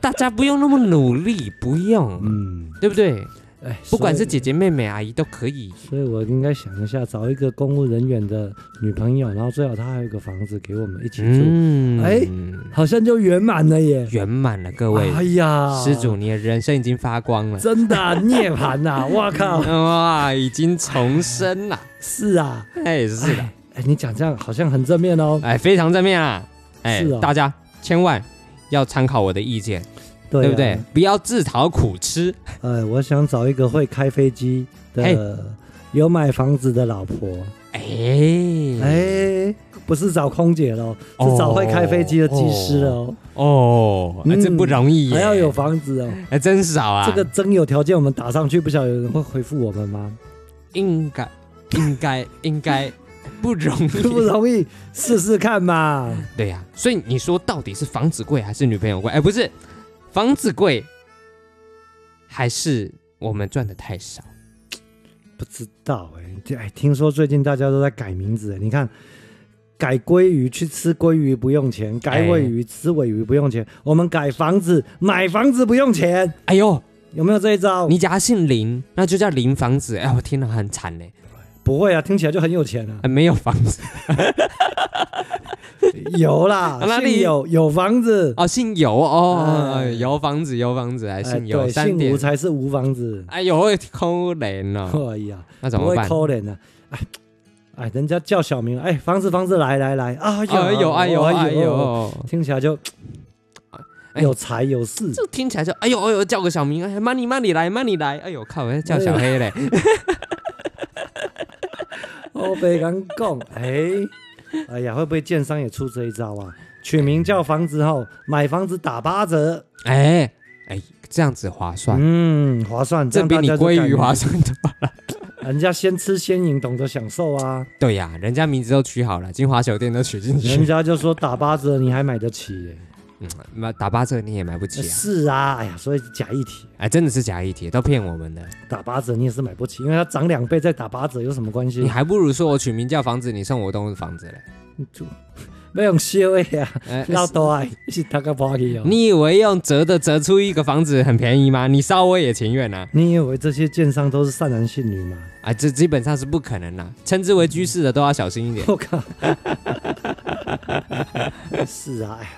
C: 大家不用那么努力，不用，
B: 嗯，
C: 对不对？
B: 哎，
C: 不管是
B: 所以
C: 姐姐、妹妹、阿姨都可以。
B: 所以我应该想一下，找一个公务人员的女朋友，然后最好她还有一个房子给我们一起住，
C: 嗯，
B: 哎
C: 哎，
B: 好像就圆满了耶。
C: 圆满了，各位
B: 哎呀，
C: 施主，你的人生已经发光了，
B: 真的啊、 涅槃呐、啊！我靠，
C: 哇，已经重 生了。
B: 是啊，
C: 哎，是的，
B: 哎，你讲这样好像很正面哦。
C: 哎，非常正面啊。哎
B: 是哦，
C: 大家千万要参考我的意见，
B: 对、啊
C: 对不对？？不要自讨苦吃。
B: 哎，我想找一个会开飞机的，有买房子的老婆。
C: 哎
B: 哎，不是找空姐喽，是找会开飞机的技师喽，
C: 哦，哎
B: 嗯
C: 这不容易耶，
B: 还要有房子哦。
C: 哎，真少啊。
B: 这个真有条件，我们打上去，不晓得有人会回复我们 吗？
C: 应该应该 应该不容
B: 不
C: 易，
B: 容易，试试看嘛。
C: 对呀。所以你说到底是房子贵还是女朋友贵？哎，不是房子贵，还是我们赚的太少？
B: 不知道哎、这哎，听说最近大家都在改名字，你看。改鲑鱼去吃鲑鱼不用钱，改
C: 哎
B: 尾鱼吃尾鱼不用钱，我们改房子买房子不用钱，
C: 哎呦，
B: 有没有这一招？
C: 你家姓林，那就叫林房子。哎，我天哪，很惨呢，
B: 不会啊，听起来就很有钱 啊。
C: 哎没有房 子
B: 有啦，
C: 哪里
B: 姓有有房子，
C: 哦，姓尤哦，
B: 哎
C: 哎有房子有房子，哎，
B: 哎
C: 姓尤
B: 对
C: 三
B: 姓吴
C: 点。
B: 才是无房子。
C: 哎呦，抠人哦，
B: 哎呀，
C: 那怎
B: 不
C: 么
B: 会
C: 办？
B: 抠脸的，哎哎，人家叫小明，哎，房子房子来来来，啊
C: 哎呦哎呦哎，呦！
B: 听起来就
C: 哎
B: 有财有势，
C: 这听起来就哎呦哎呦叫个小明，哎，money money 来 money 来，哎呦靠，哎叫小黑嘞，
B: 嗯我被人讲， 哎，哎呀，会不会建商也出这一招啊？取名叫房子后，买房子打八折，
C: 哎哎这样子划算，
B: 嗯，划算，
C: 这
B: 样
C: 比
B: 大
C: 你
B: 家就
C: 鲑
B: 感
C: 鱼
B: 觉
C: 划算多了。
B: 人家先吃先赢，懂得享受啊，
C: 对呀，人家名字都取好了，金华酒店都取 进
B: 人
C: 去，
B: 家就说打八折你还买得起耶、
C: 嗯，那打八折你也买不起啊，
B: 是啊，哎呀，所以假议题，
C: 哎，真的是假议题，都骗我们的，
B: 打八折你也是买不起，因为它涨两倍再打八折有什么关系
C: 你？还不如说我取名叫房子，你送我栋房子嘞，
B: 没用修的 呀，
C: 哎，
B: 老多爱是他个 party 哦。
C: 你以为用折的折出一个房子很便宜吗？你烧我也情愿啊！
B: 你以为这些建商都是善男信女吗？
C: 啊，这基本上是不可能啦、称之为居士的都要小心一点。
B: 我靠！是啊，哎呀，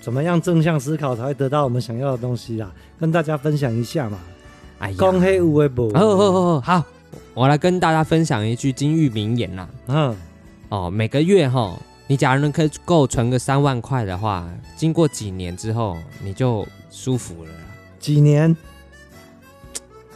B: 怎么样正向思考才会得到我们想要的东西啦？啊跟大家分享一下嘛。
C: 哎呀，
B: 公黑无为不？
C: 哦哦哦，好，我来跟大家分享一句金玉名言啦。
B: 嗯，
C: 哦，每个月哈，你假如能可以够存个三万块的话，经过几年之后，你就舒服了啦，
B: 几年、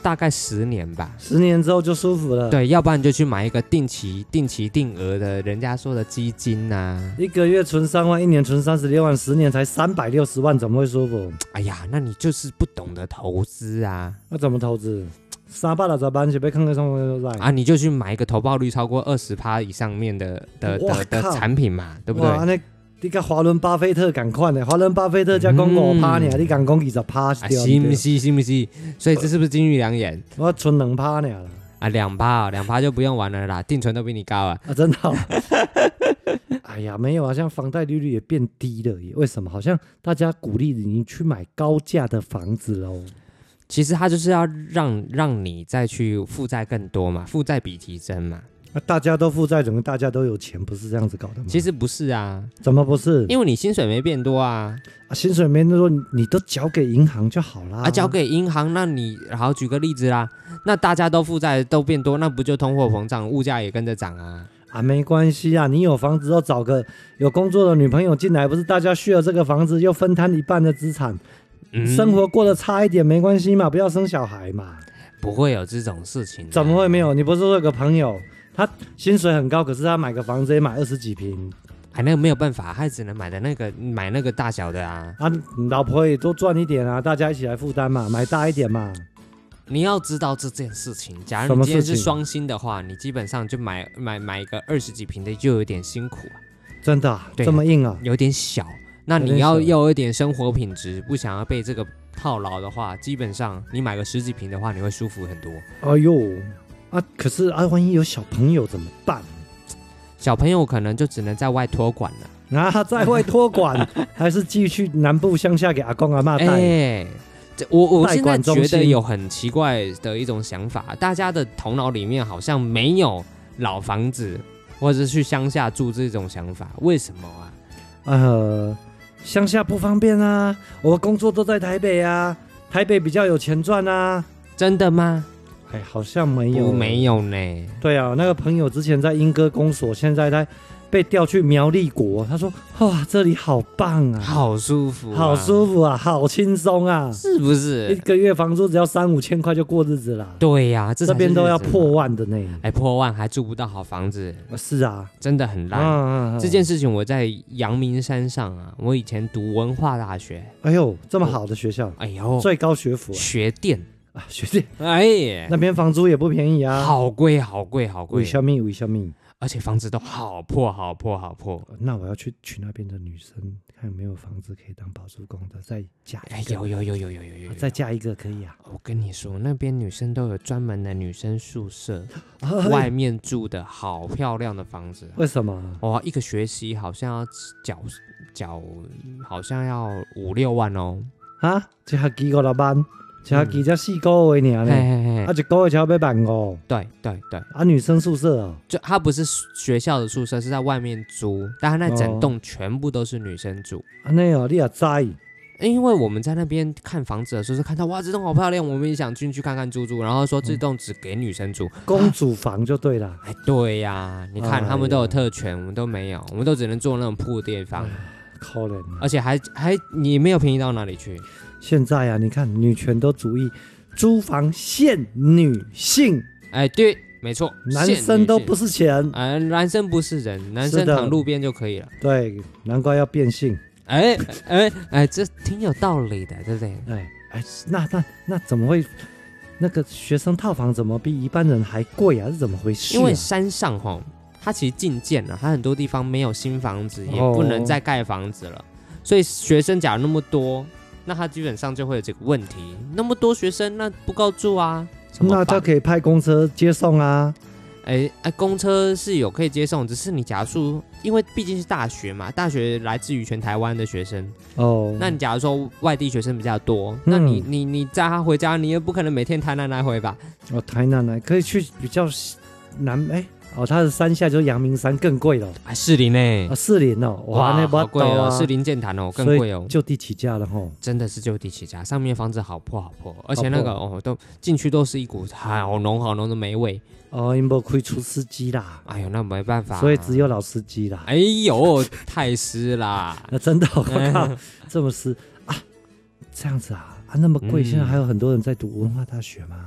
C: 大概十年吧。
B: 十年之后就舒服了。，
C: 对，要不然你就去买一个定期、定期定额的，人家说的基金呐、啊
B: 一个月存三万，一年存三十六万，十年才三百六十万，怎么会舒服？
C: 哎呀，那你就是不懂得投资啊！
B: 那怎么投资？三百六十万就被坑个上万都在。
C: 啊，你就去买一个投报率超过二十趴以上面的的
B: 哇
C: 的的
B: 靠
C: 产品嘛，对不对？
B: 哇，那你跟华伦巴菲特赶快呢？华伦巴菲特加公五趴呢，
C: 嗯
B: 你敢讲二十趴是
C: 啊，
B: 对
C: 信
B: 不
C: 不
B: 对？
C: 信？信不信？所以这是不是金玉良言
B: 我存两趴呢啦。
C: 啊？两趴哦，两趴就不用玩了啦，定存都比你高啊！
B: 啊，真的哦、 哎呀，没有啊，像房贷利率也变低了耶，为什么？好像大家鼓励你去买高价的房子喽。
C: 其实它就是要让让你再去负债更多嘛，负债比提升嘛。
B: 那大家都负债，怎么大家都有钱？不是这样子搞的吗？
C: 其实不是啊，
B: 怎么不是？
C: 因为你薪水没变多啊，
B: 啊薪水没那么多，你都交给银行就好啦。
C: 啊，交给银行，那你好举个例子啦，那大家都负债都变多，那不就通货膨胀，物价也跟着涨啊？
B: 啊，没关系啊，你有房子都找个有工作的女朋友进来，不是大家需要这个房子又分摊一半的资产，
C: 嗯
B: 生活过得差一点没关系嘛，不要生小孩嘛。
C: 不会有这种事情、
B: 怎么会没
C: 有？
B: 有？你不是说有个朋友，他薪水很高，可是他买个房子也买二十几平，
C: 哎，那个没有办法，还只能买的那个买那个大小的啊。
B: 啊，老婆也多赚一点啊，大家一起来负担嘛，买大一点嘛。
C: 你要知道这件事情，假如
B: 什
C: 你
B: 么
C: 今天
B: 事
C: 是
B: 情
C: 双薪的话，你基本上就买买买一个二十几平的，就有点辛苦啊，
B: 真的啊、
C: 对
B: 这么硬啊？
C: 有点小。那
B: 有点
C: 你要
B: 小
C: 要有一点生活品质，不想要被这个套牢的话，基本上你买个十几平的话，你会舒服很多。
B: 哎呦，啊，可是啊，万一有小朋友怎么办？
C: 小朋友可能就只能在外托管了。
B: 啊，在外托管， 还是继续南部乡下给阿公阿妈带？
C: 哎，这我我
B: 代
C: 现在
B: 管中
C: 觉得
B: 心
C: 有很奇怪的一种想法，大家的头脑里面好像没有老房子或者是去乡下住这种想法，为什么啊？
B: 呃，乡下不方便啊，我工作都在台北啊，台北比较有钱赚啊。
C: 真的吗？
B: 哎，好像没有，
C: 不没。有呢。
B: 对啊，那个朋友之前在英歌公所，现在他被调去苗栗国，他说哇，这里好棒啊，
C: 好舒服、
B: 好舒，服啊，好轻松啊，
C: 是不
B: 一
C: 是？
B: 个月房租只要三五千块就过日子啦。
C: 对呀、这
B: 这边都要破
C: 万，
B: 万的呢。
C: 哎，破万还住不到好房子，
B: 是啊，
C: 真的很烂。
B: 啊
C: 这件，事情我在阳明山上啊，我以前读文化大学，
B: 哎呦，这么好的学校，
C: 哎呦，
B: 最高学府
C: 学店，
B: 啊，学弟，
C: 哎呀，
B: 那边房租也不便宜啊。，
C: 好贵，好贵，好
B: 为
C: 贵，
B: 什么？为什么？
C: 而且房子都好破，好破，好破。
B: 哦那我要去娶那边的女生，看有没有房子可以当保租公的，再嫁
C: 哎
B: 一，个，啊
C: 有有有有有有哦有，
B: 再嫁一个可以啊。
C: 我跟你说，那边女生都有专门的女生宿舍，
B: 哎
C: 外面住的好漂亮的房子啊，
B: 为什么？
C: 哇，一个学期好像要缴缴，好像要五六万哦。
B: 啊，一学期五六万，一学期才四个月尔
C: 嘿
B: 呢，
C: 嘿
B: 啊，
C: 嘿，
B: 一个月才要八万五，
C: 对对对，
B: 啊，女生宿舍哦，
C: 就它不是学校的宿舍，是在外面租，但它那整
B: 哦
C: 栋全部都是女生住。
B: 安尼哦，你也知，
C: 因为我们在那边看房子的时候，是看到哇，这栋好漂亮，我们也想进去看看住住，然后说
B: 嗯
C: 这栋只给女生住。
B: 公主房就对了。
C: 哎，对呀、你看
B: 哎
C: 他们都有
B: 呀
C: 特权，我们都没有，我们都只能做那种铺垫房，
B: 可怜啊，
C: 而且还还你没有便宜到哪里去。
B: 现在啊，你看女权都主义，租房限女性，
C: 哎，对，没错，
B: 男
C: 限
B: 生
C: 女
B: 都
C: 性
B: 不是钱，
C: 呃，男生不是人，男
B: 是
C: 生
B: 的
C: 躺路边就可以了。
B: 对，难怪要变性。
C: 哎哎哎，这挺有道理的，对不对？
B: 哎哎，那那那怎么会？那个学生套房怎么比一般人还贵啊？是怎么回事、啊？
C: 因为山上哈，它其实禁建了，它很多地方没有新房子，也
B: 哦
C: 不能再盖房子了，所以学生假如那么多，那他基本上就会有这个问题。那么多学生，那不够住啊？怎么
B: 那他
C: 办？
B: 可以派公车接送啊。
C: 哎哎，公车是有可以接送，只是你假如说，因为毕竟是大学嘛，大学来自于全台湾的学生，
B: 哦，
C: 那你假如说外地学生比较多，那你
B: 嗯
C: 你你载他回家，你也不可能每天台南来回吧？
B: 哦，台南呢可以去比较南哎、哦，它的山下就是阳明山更贵了，
C: 啊，士林呢
B: 啊，？士林哦，那不
C: 好贵哦，
B: 啊，
C: 士林建潭哦，更
B: 所以
C: 贵哦，
B: 就地起价了吼。
C: 真的是就地起价，上面房子好破好破，而且那个哦，都进去都是一股好浓好浓的霉味，
B: 哦，因为亏出司机啦，
C: 哎呦，那没办法，
B: 所以只有老司机啦。
C: 哎呦太湿啦，
B: 那真的，我
C: 哎
B: 靠，这么湿啊！这样子啊啊，那么贵，
C: 嗯
B: 现在还有很多人在读文化大学吗？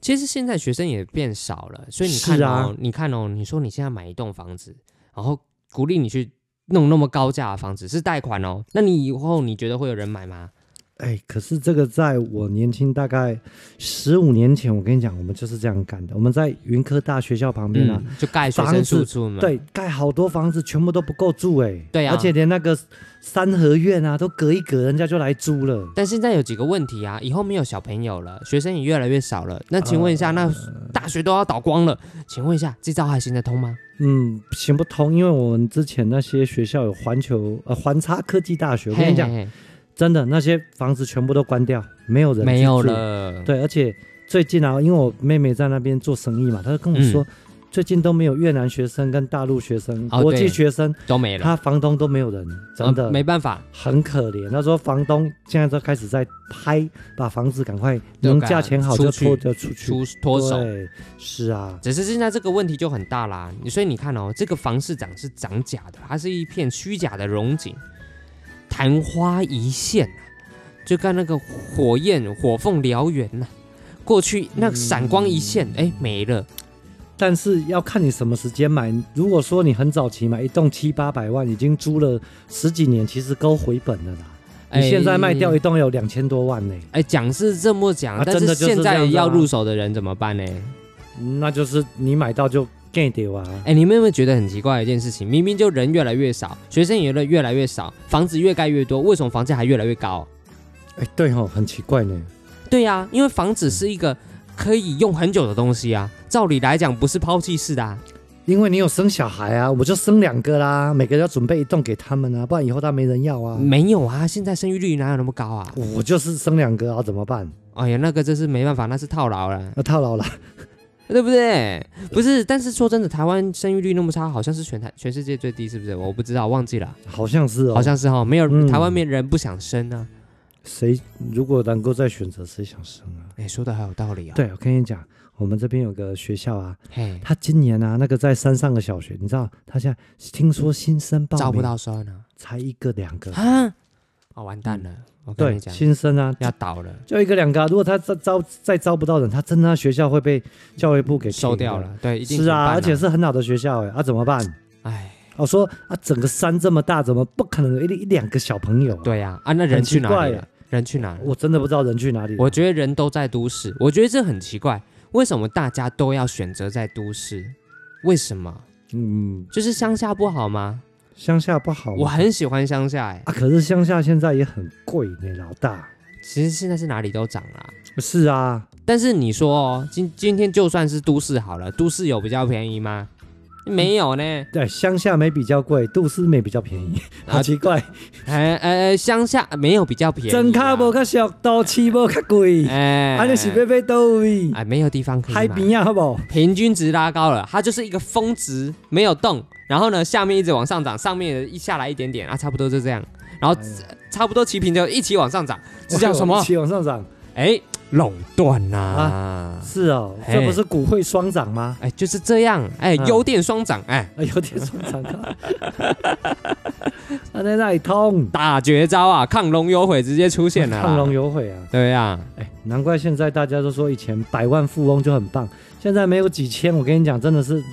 C: 其实现在学生也变少了，所以你看
B: 是
C: 哦，
B: 啊
C: 你看哦，你说你现在买一栋房子，然后鼓励你去弄那么高价的房子是贷款哦，那你以后你觉得会有人买吗？
B: 哎，可是这个在我年轻大概十五年前，我跟你讲，我们就是这样干的。我们在云科大学校旁边啊，
C: 嗯，就盖学生宿住嘛。，
B: 对，盖好多房子，全部都不够住哎、
C: 对啊
B: 而且连那个三合院啊，都隔一隔，人家就来租了。
C: 但现在有几个问题啊，以后没有小朋友了，学生也越来越少了。那请问一下，
B: 呃
C: 那大学都要倒光了，请问一下，这招还行得通吗？
B: 嗯，行不通，因为我们之前那些学校有环球呃环差科技大学，我跟你讲，
C: 嘿嘿
B: 真的那些房子全部都关掉，没有
C: 嘿
B: 人
C: 没有
B: 去住
C: 了，
B: 对，而且最近啊，因为我妹妹在那边做生意嘛，她就跟我说，最近都没有越南学生跟大陆学生、
C: 嗯哦
B: 国际
C: 对
B: 学生，
C: 都没了，
B: 他房东都没有人，真的、
C: 呃没办法，
B: 很可怜。他说房东现在都开始在拍，把房子赶快能价钱好就拖着出去。
C: 出脱手。
B: 对，是啊，
C: 只是现在这个问题就很大啦，你所以你看哦，这个房市长是长假的，它是一片虚假的荣景，昙花一现啊，就看那个火焰火凤燎原呐、过去那闪光一现，
B: 嗯
C: 哎、没了，
B: 但是要看你什么时间买。如果说你很早期买一栋七八百万，已经租了十几年，其实够回本的啦。你现在卖掉一栋有两千多万呢、
C: 哎，讲是这么讲，
B: 啊
C: 但
B: 真的就是
C: 现
B: 这
C: 在
B: 样子啊
C: 要入手的人怎么办呢？
B: 那就是你买到就 get 掉啊。
C: 哎，你们有没有觉得很奇怪的一件事情？明明就人越来越少，学生也越来越少，房子越盖越多，为什么房价还越来越高？
B: 哎、对哦，很奇怪呢、
C: 对呀、因为房子是一个可以用很久的东西啊，照理来讲不是抛弃式的、啊。
B: 因为你有生小孩啊，我就生两个啦，每个要准备一栋给他们啊，不然以后他没人要啊。
C: 没有啊，现在生育率哪有那么高啊？
B: 我就是生两个啊，怎么办？
C: 哎呀，那个真是没办法，那是套牢了，
B: 要套牢了。
C: 对不对？不是，但是说真的，台湾生育率那么差，好像是全台全世界最低，是不是？我不知道，忘记了，
B: 好像是哦，
C: 好像是哈、没有、
B: 嗯
C: 台湾没人不想生啊。
B: 谁如果能够再选择，谁想生啊？
C: 哎，说的好有道理啊、哦。，
B: 对，我跟你讲，我们这边有个学校啊，
C: 嘿，
B: 他今年啊，那个在山上的小学，你知道，他现在听说新生报名
C: 招不到生呢
B: 才一个两个，
C: 啊！哦，完蛋
B: 嗯
C: 了，我跟
B: 对，
C: 你讲，
B: 新生啊，
C: 要倒了，
B: 就一个两个、啊，如果他再招再招不到人，他真的学校会被教育部给
C: 收
B: 停
C: 掉
B: 的。
C: 了，对，一定
B: 是啊，
C: 停办了
B: 而且，是很好的学校哎，啊怎么办？
C: 哎，
B: 我说啊，整个山这么大，怎么不可能有一一两个小朋友、啊？，
C: 对呀、啊，那人
B: 很奇
C: 去哪
B: 怪
C: 里了？人去哪里了？
B: 我真的不知道人去哪里了。
C: 我觉得人都在都市，我觉得这很奇怪，为什么大家都要选择在都市？为什么？
B: 嗯，
C: 就是乡下不好吗？
B: 乡下不好吗，
C: 我很喜欢乡下、欸，
B: 啊，可是乡下现在也很贵呢，老大。
C: 其实现在是哪里都涨啦、
B: 是啊，
C: 但是你说哦，今今天就算是都市好了，都市有比较便宜吗？没有呢，
B: 对，乡下没比较贵，都市没比较便宜，
C: 啊
B: 好奇怪。
C: 哎哎哎，乡下没有比较便宜、啊，
B: 真卡无较俗，都市无较贵，
C: 哎，
B: 安尼是要买倒位？
C: 哎，没有地方可以买
B: 海边啊，好不好？
C: 平均值拉高了，它就是一个峰值没有动，然后呢，下面一直往上涨，上面一下来一点点啊，差不多就这样，然
B: 哎
C: 后、差不多齐平就一起往上涨，这 叫什么
B: 一？起往上涨。
C: 哎，垄断呐、啊！
B: 是哦，
C: 嘿
B: 这不是股会双涨吗？
C: 哎，就是这样，哎，
B: 嗯
C: 优点双涨，哎，
B: 啊，有点双涨 啊。安尼那里通，
C: 大绝招啊，亢龙有悔直接出现了啦，
B: 亢龙有悔啊！
C: 对呀、
B: 哎，难怪现在大家都说以前百万富翁就很棒，现在没有几千，我跟你讲，真的是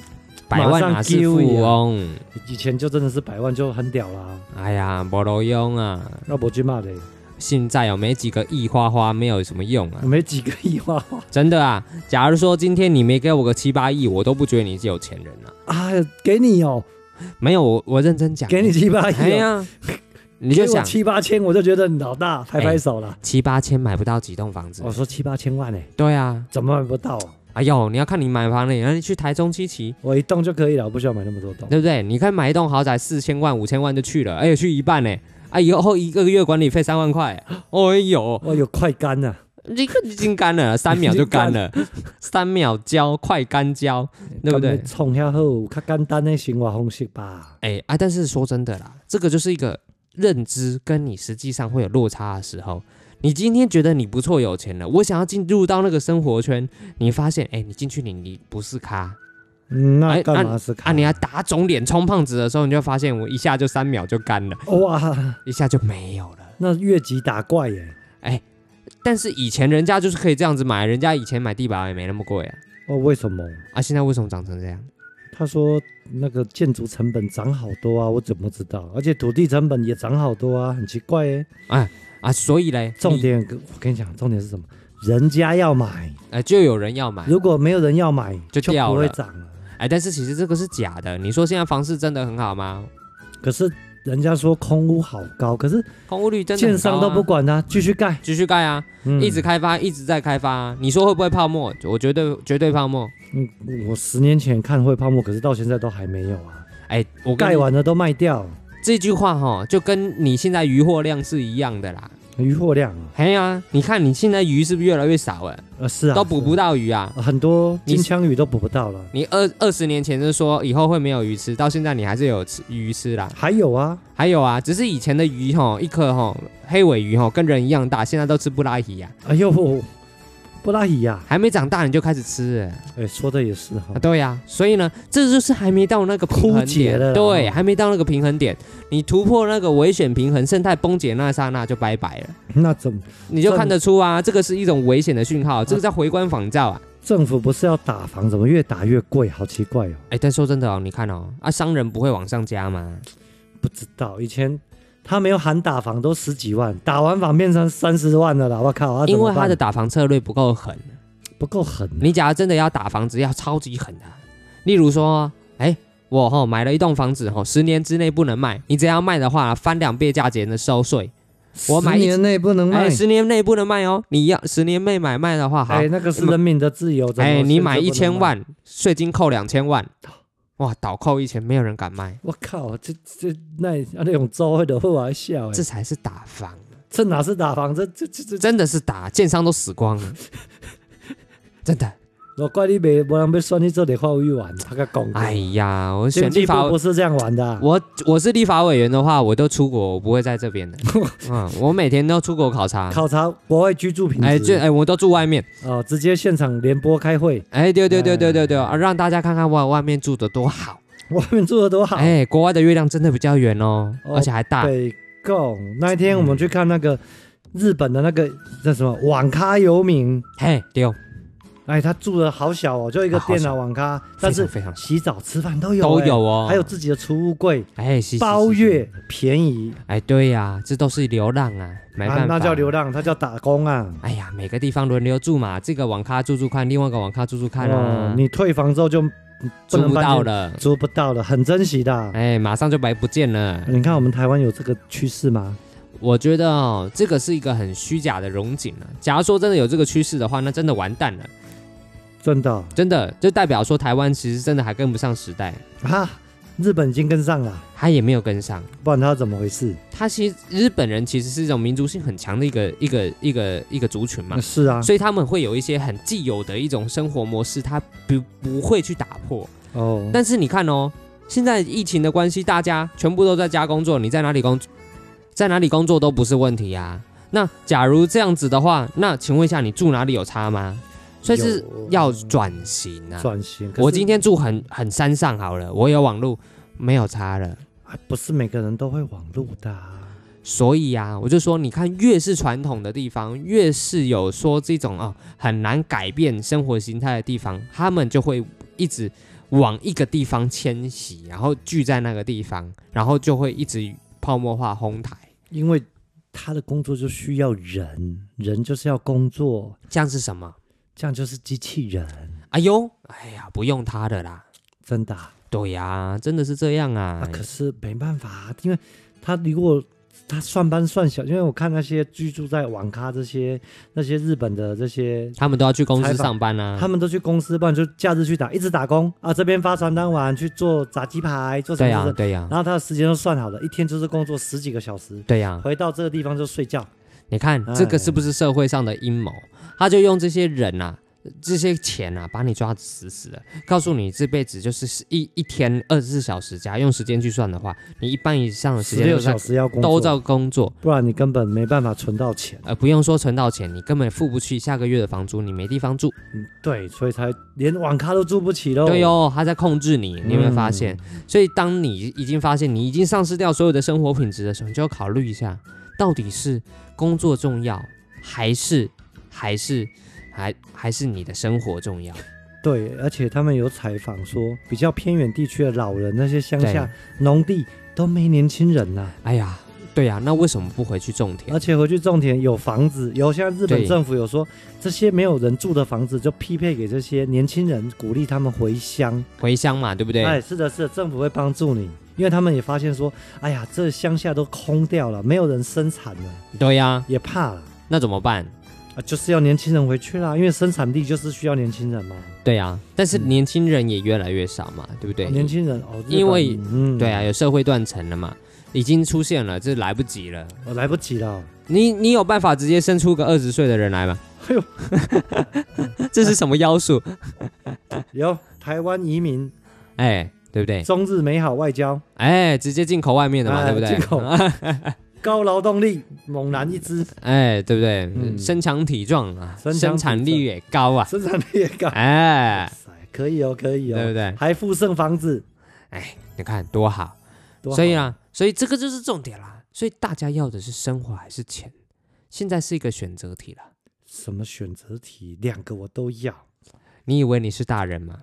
C: 百万哪是富
B: 马上 Q
C: 翁？
B: 以前就真的是百万就很屌啦。
C: 哎呀，没路用啊！
B: 那我去骂的，
C: 现在有没几个亿花花没有什么用啊
B: 我？没几个亿花 花
C: 真的啊！假如说今天你没给我个七八亿，我都不觉得你是有钱人啊。
B: 啊，给你哦，
C: 没有，我我认真讲，
B: 给你七八亿、
C: 哎
B: 哦，
C: 呀，你
B: 你
C: 就想
B: 七八千，我就觉得你老大，拍拍手了。
C: 七八千买不到几栋房子
B: 我。说七八千万呢、欸
C: 对啊，
B: 怎么买不到、啊？
C: 哎呦，你要看你买房了，然后你去台中七期，
B: 我一栋就可以了，我不需要买那么多栋。
C: 对不对？你看买一栋豪宅四千万、五千万就去了，哎呦，去一半呢。啊，以后一个月管理费三万块，哎呦，
B: 哦我有快干啊呐、
C: 这个已经干了，三秒就 干了，三秒交，快干交，对不对
B: 干脆冲遐好，有较简单的生活方式吧。
C: 哎、啊，但是说真的啦，这个就是一个认知跟你实际上会有落差的时候。你今天觉得你不错有钱了，我想要进入到那个生活圈，你发现，哎、你进去你你不是咖
B: 嗯，
C: 哎
B: 那干嘛是
C: 啊，
B: 看？
C: 你要打肿脸充胖子的时候，你就发现我一下就三秒就干了，
B: 哇，
C: 一下就没有了。
B: 那越级打怪耶！
C: 但是以前人家就是可以这样子买，人家以前买地板也没那么贵啊，
B: 哦，为什么？
C: 啊，现在为什么长成这样？
B: 他说那个建筑成本涨好多啊，我怎么知道？而且土地成本也涨好多啊，很奇怪耶。
C: 啊，所以嘞，
B: 重
C: 你
B: 点，我跟你讲，重点是什么？人家要买，
C: 呃就有人要买，
B: 如果没有人要买，
C: 就
B: 就
C: 掉
B: 不会
C: 了
B: 涨啊了。
C: 哎，但是其实这个是假的。你说现在房市真的很好吗？
B: 可是人家说空屋好高，可是
C: 空屋率真的很
B: 建商
C: 高
B: 都
C: 啊
B: 不管它，继续盖，
C: 继续盖啊，
B: 嗯
C: 一直开发，一直在开发、啊。你说会不会泡沫？我绝对绝对泡沫。
B: 嗯，我十年前看会泡沫，可是到现在都还没有啊，
C: 哎，我跟你
B: 盖完了都卖掉。
C: 这句话哈、就跟你现在渔获量是一样的啦。
B: 渔获量啊，
C: 哎呀，你看你现在鱼是不是越来越少了？
B: 呃是啊，
C: 都捕
B: 是啊
C: 不到鱼啊！
B: 很多
C: 你
B: 金
C: 是
B: 枪鱼都捕不到了。
C: 你二二十年前就说以后会没有鱼吃，到现在你还是有吃鱼吃啦。
B: 还有啊，
C: 还有啊，只是以前的鱼吼，一颗吼黑尾鱼吼跟人一样大，现在都吃布拉鱼呀、
B: 哎呦，布拉啊伊呀，
C: 还没长大你就开始吃了
B: 哎，说的也是哈
C: 啊，，对呀、所以呢，这就是还没到那个平衡
B: 枯竭
C: 点，
B: 了啦
C: 对，
B: 哦
C: 还没到那个平衡点，你突破那个危险平衡，生态崩解那刹那就拜拜了，
B: 那怎么
C: 你就看得出啊，这个是一种危险的讯
B: 啊
C: 号，这个叫回光返照啊。
B: 政府不是要打房，怎么越打越贵？好奇怪哦，
C: 哎，但说真的哦，你看哦，啊，商人不会往上加吗？
B: 不知道以前。他没有喊打房都十几万，打完房变成三十万了啦！我靠，啊、
C: 因
B: 怎
C: 为
B: 么
C: 他
B: 办
C: 的打房策略不够狠。
B: 不够狠，
C: 你假如真的要打房子，要超级狠的啊、例如说，哎，我吼买了一栋房子吼，十年之内不能卖，你只要卖的话，翻两倍价钱的收税。我买
B: 十
C: 一
B: 年内不能卖
C: 哎，，十年内不能卖哦，你要十年内买卖的话，好
B: 哎，，那个是人民的自由。怎么
C: 哎，你买
B: 现
C: 一
B: 在不能哦
C: 千万，税金扣两千万，哇，倒扣一千，没有人敢卖，
B: 我靠，这这那啊那种周会的会玩笑哎，
C: 这
B: 这
C: 才是打房，
B: 这哪是打房？这这这这，
C: 真的是打，建商都死 光了，真的。
B: 我怪你没没人被算你这里话委员，他个讲。
C: 哎，呀，我选
B: 经济
C: 立法
B: 部不是这样玩的啊。
C: 我我是立法委员的话，我都出国，我不会在 这边的。嗯，我每天都出国考察。
B: 考察国外居住品质，
C: 哎，这哎，我都住外面。
B: 哦，直接现场联播开会，
C: 哎，对对对对对对，啊让大家看看哇，外面住的多好。
B: 外面住的多好。
C: 哎，国外的月亮真的比较圆哦，
B: 哦
C: 而且还大。
B: 北贡那一天我们去看那个日本的那个叫什么网咖游民，
C: 嘿，丢，
B: 哎，他住的好小哦，就一个
C: 啊好小
B: 电脑网咖，
C: 非
B: 但
C: 常
B: 是
C: 非常
B: 洗澡吃饭都有
C: 都
B: 哎
C: 有哦，
B: 还有自己的储物柜，
C: 哎，是
B: 包。
C: 是是是
B: 月便宜
C: 哎，对呀，这都是流浪啊，没办
B: 啊
C: 法，，
B: 那叫流。浪，他叫打工啊。
C: 哎呀，每个地方轮流住嘛，这个网咖住住看，另外一个网咖住住看
B: 哦
C: 啊，，
B: 你退房之后就不
C: 住
B: 能
C: 不
B: 搬
C: 到
B: 进，
C: 了，
B: 租不到了，很珍惜的啊。
C: 哎，马上就白不见了。
B: 你看我们台湾有这个趋势吗？
C: 我觉得哦，这个是一个很虚假的荣景了、啊假如说真的有这个趋势的话，那真的完蛋了，
B: 真的
C: 真的就代表说台湾其实真的还跟不上时代，
B: 啊，日本已经跟上了，
C: 他也没有跟上。
B: 不然他怎么回事？
C: 他其实日本人其实是一种民族性很强的一个一个一个一个族群嘛，
B: 是啊，
C: 所以他们会有一些很既有的一种生活模式，他不不会去打破。
B: 哦，
C: 但是你看哦，现在疫情的关系，大家全部都在家工作，你在哪里工，在哪里工作都不是问题啊。那假如这样子的话，那请问一下，你住哪里有差吗？嗯所以是
B: 有
C: 要转型啊。
B: 转型。可是
C: 我今天住很很山上好了，我有网络，没有差了。
B: 啊不是每个人都会网路的啊、
C: 所以啊，我就说，你看，越是传统的地方，越是有说这种哦很难改变生活形态的地方，他们就会一直往一个地方迁徙，然后聚在那个地方，然后就会一直泡沫化哄抬，
B: 因为他的工作就需要人，人就是要工作，
C: 像是什么？
B: 这样就是机器人，
C: 哎呦，哎呀，不用他的啦。
B: 真的啊、
C: 对呀、真的是这样啊
B: 啊。可是没办法啊、因为他如果他算班算小，因为我看那些居住在网咖这些那些日本的这些。
C: 他们都要去公司
B: 采访
C: 上班啊。
B: 他们都去公司，不然就假日去打，一直打工啊。这边发传单完去做炸鸡排，做什
C: 对啊
B: 么
C: 呀、
B: 什么
C: 对呀、
B: 然后他的时间都算好了，一天就是工作十几个小时，
C: 对呀、
B: 回到这个地方就睡觉。
C: 你看
B: 哎
C: 这个是不是社会上的阴谋？他就用这些人啊，这些钱啊，把你抓得死死的，告诉你这辈子就是一一天二十四小时加，用时间去算的话，你一半以上的时
B: 十
C: 间
B: 六
C: 都在
B: 小时要工作，
C: 都在工作，
B: 不然你根本没办法存到钱。
C: 呃，不用说存到钱，你根本付不起下个月的房租，你没地方住。
B: 嗯对，所以才连网咖都住不起喽。
C: 对哦，他在控制你，你有没有发现？
B: 嗯
C: 所以当你已经发现你已经丧失掉所有的生活品质的时候，你就要考虑一下，到底是工作重要，还是还是还还是你的生活重要？
B: 对，而且他们有采访说，比较偏远地区的老人，那些乡
C: 对
B: 下农地都没年轻人啊呐、
C: 哎呀，对呀、那为什么不回去种田
B: 而？且回去种田有房子，有现在日
C: 对
B: 本政府有说，这些没有人住的房子就匹配给这些年轻人，鼓励他们回乡。
C: 回乡嘛，对不对？
B: 哎，是的，是的，政府会帮助你，因为他们也发现说，哎呀，这乡下都空掉了，没有人生产了，
C: 对呀、
B: 也怕了
C: 那怎么办？
B: 啊，就是要年轻人回去啦，因为生产力就是需要年轻人嘛。
C: 对呀、但是
B: 嗯
C: 年轻人也越来越少嘛，对不对？
B: 年轻人哦，日
C: 因为
B: 本嗯
C: 对啊，，有社会断层了嘛，已经出现了，这来不及了。
B: 我来不及了，
C: 你你有办法直接生出个二十岁的人来吗？
B: 哎呦，
C: 这是什么妖术？
B: 有台湾移民，
C: 哎，对不对？
B: 中日美好外交，
C: 哎，直接进口外面的嘛，
B: 哎
C: 对不对？
B: 进口高劳动力，猛男一只，
C: 哎，对不对？
B: 嗯
C: 身强体壮啊，
B: 身强体
C: 生产力也高 啊，
B: 生产力也高。哇
C: 哎，
B: 塞，可以哦，可以哦，
C: 对不对
B: 还附赠房子，
C: 哎，你看多好。
B: 多好
C: 所以，啊，所以这个就是重点啦。所以大家要的是生活还是钱？现在是一个选择题了。
B: 什么选择题，两个我都要，
C: 你以为你是大人吗？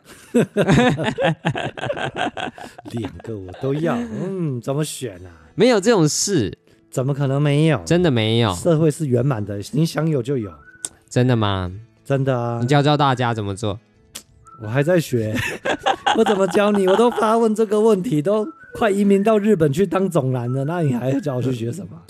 B: 两个我都要， 嗯，怎么选啊？
C: 没有这种事，
B: 怎么可能没有？
C: 真的哦没有，
B: 社会是圆满的，你想有就有，
C: 真的吗？
B: 真的啊
C: 你！教教大家怎么做。
B: 我还在学， 我怎么教你？我都发问这个问题，都快移民到日本去当总男了，那你还要教我去学什么？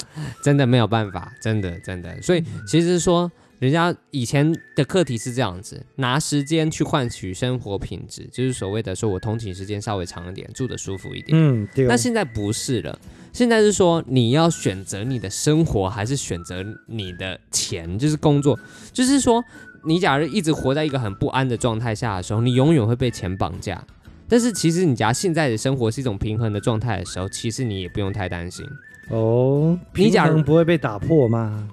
C: 真的没有办法，真的真的。所以其实说，人家以前的课题是这样子，拿时间去换取生活品质，就是所谓的说我通勤时间稍微长一点，住的舒服一点。
B: 嗯，对哦。
C: 那现在不是了，现在是说你要选择你的生活，还是选择你的钱，就是工作，就是说你假如一直活在一个很不安的状态下的时候，你永远会被钱绑架。但是其实你假如现在的生活是一种平衡的状态的时候，其实你也不用太担心。
B: 哦，
C: 你
B: 平
C: 假如
B: 衡不会被打破吗？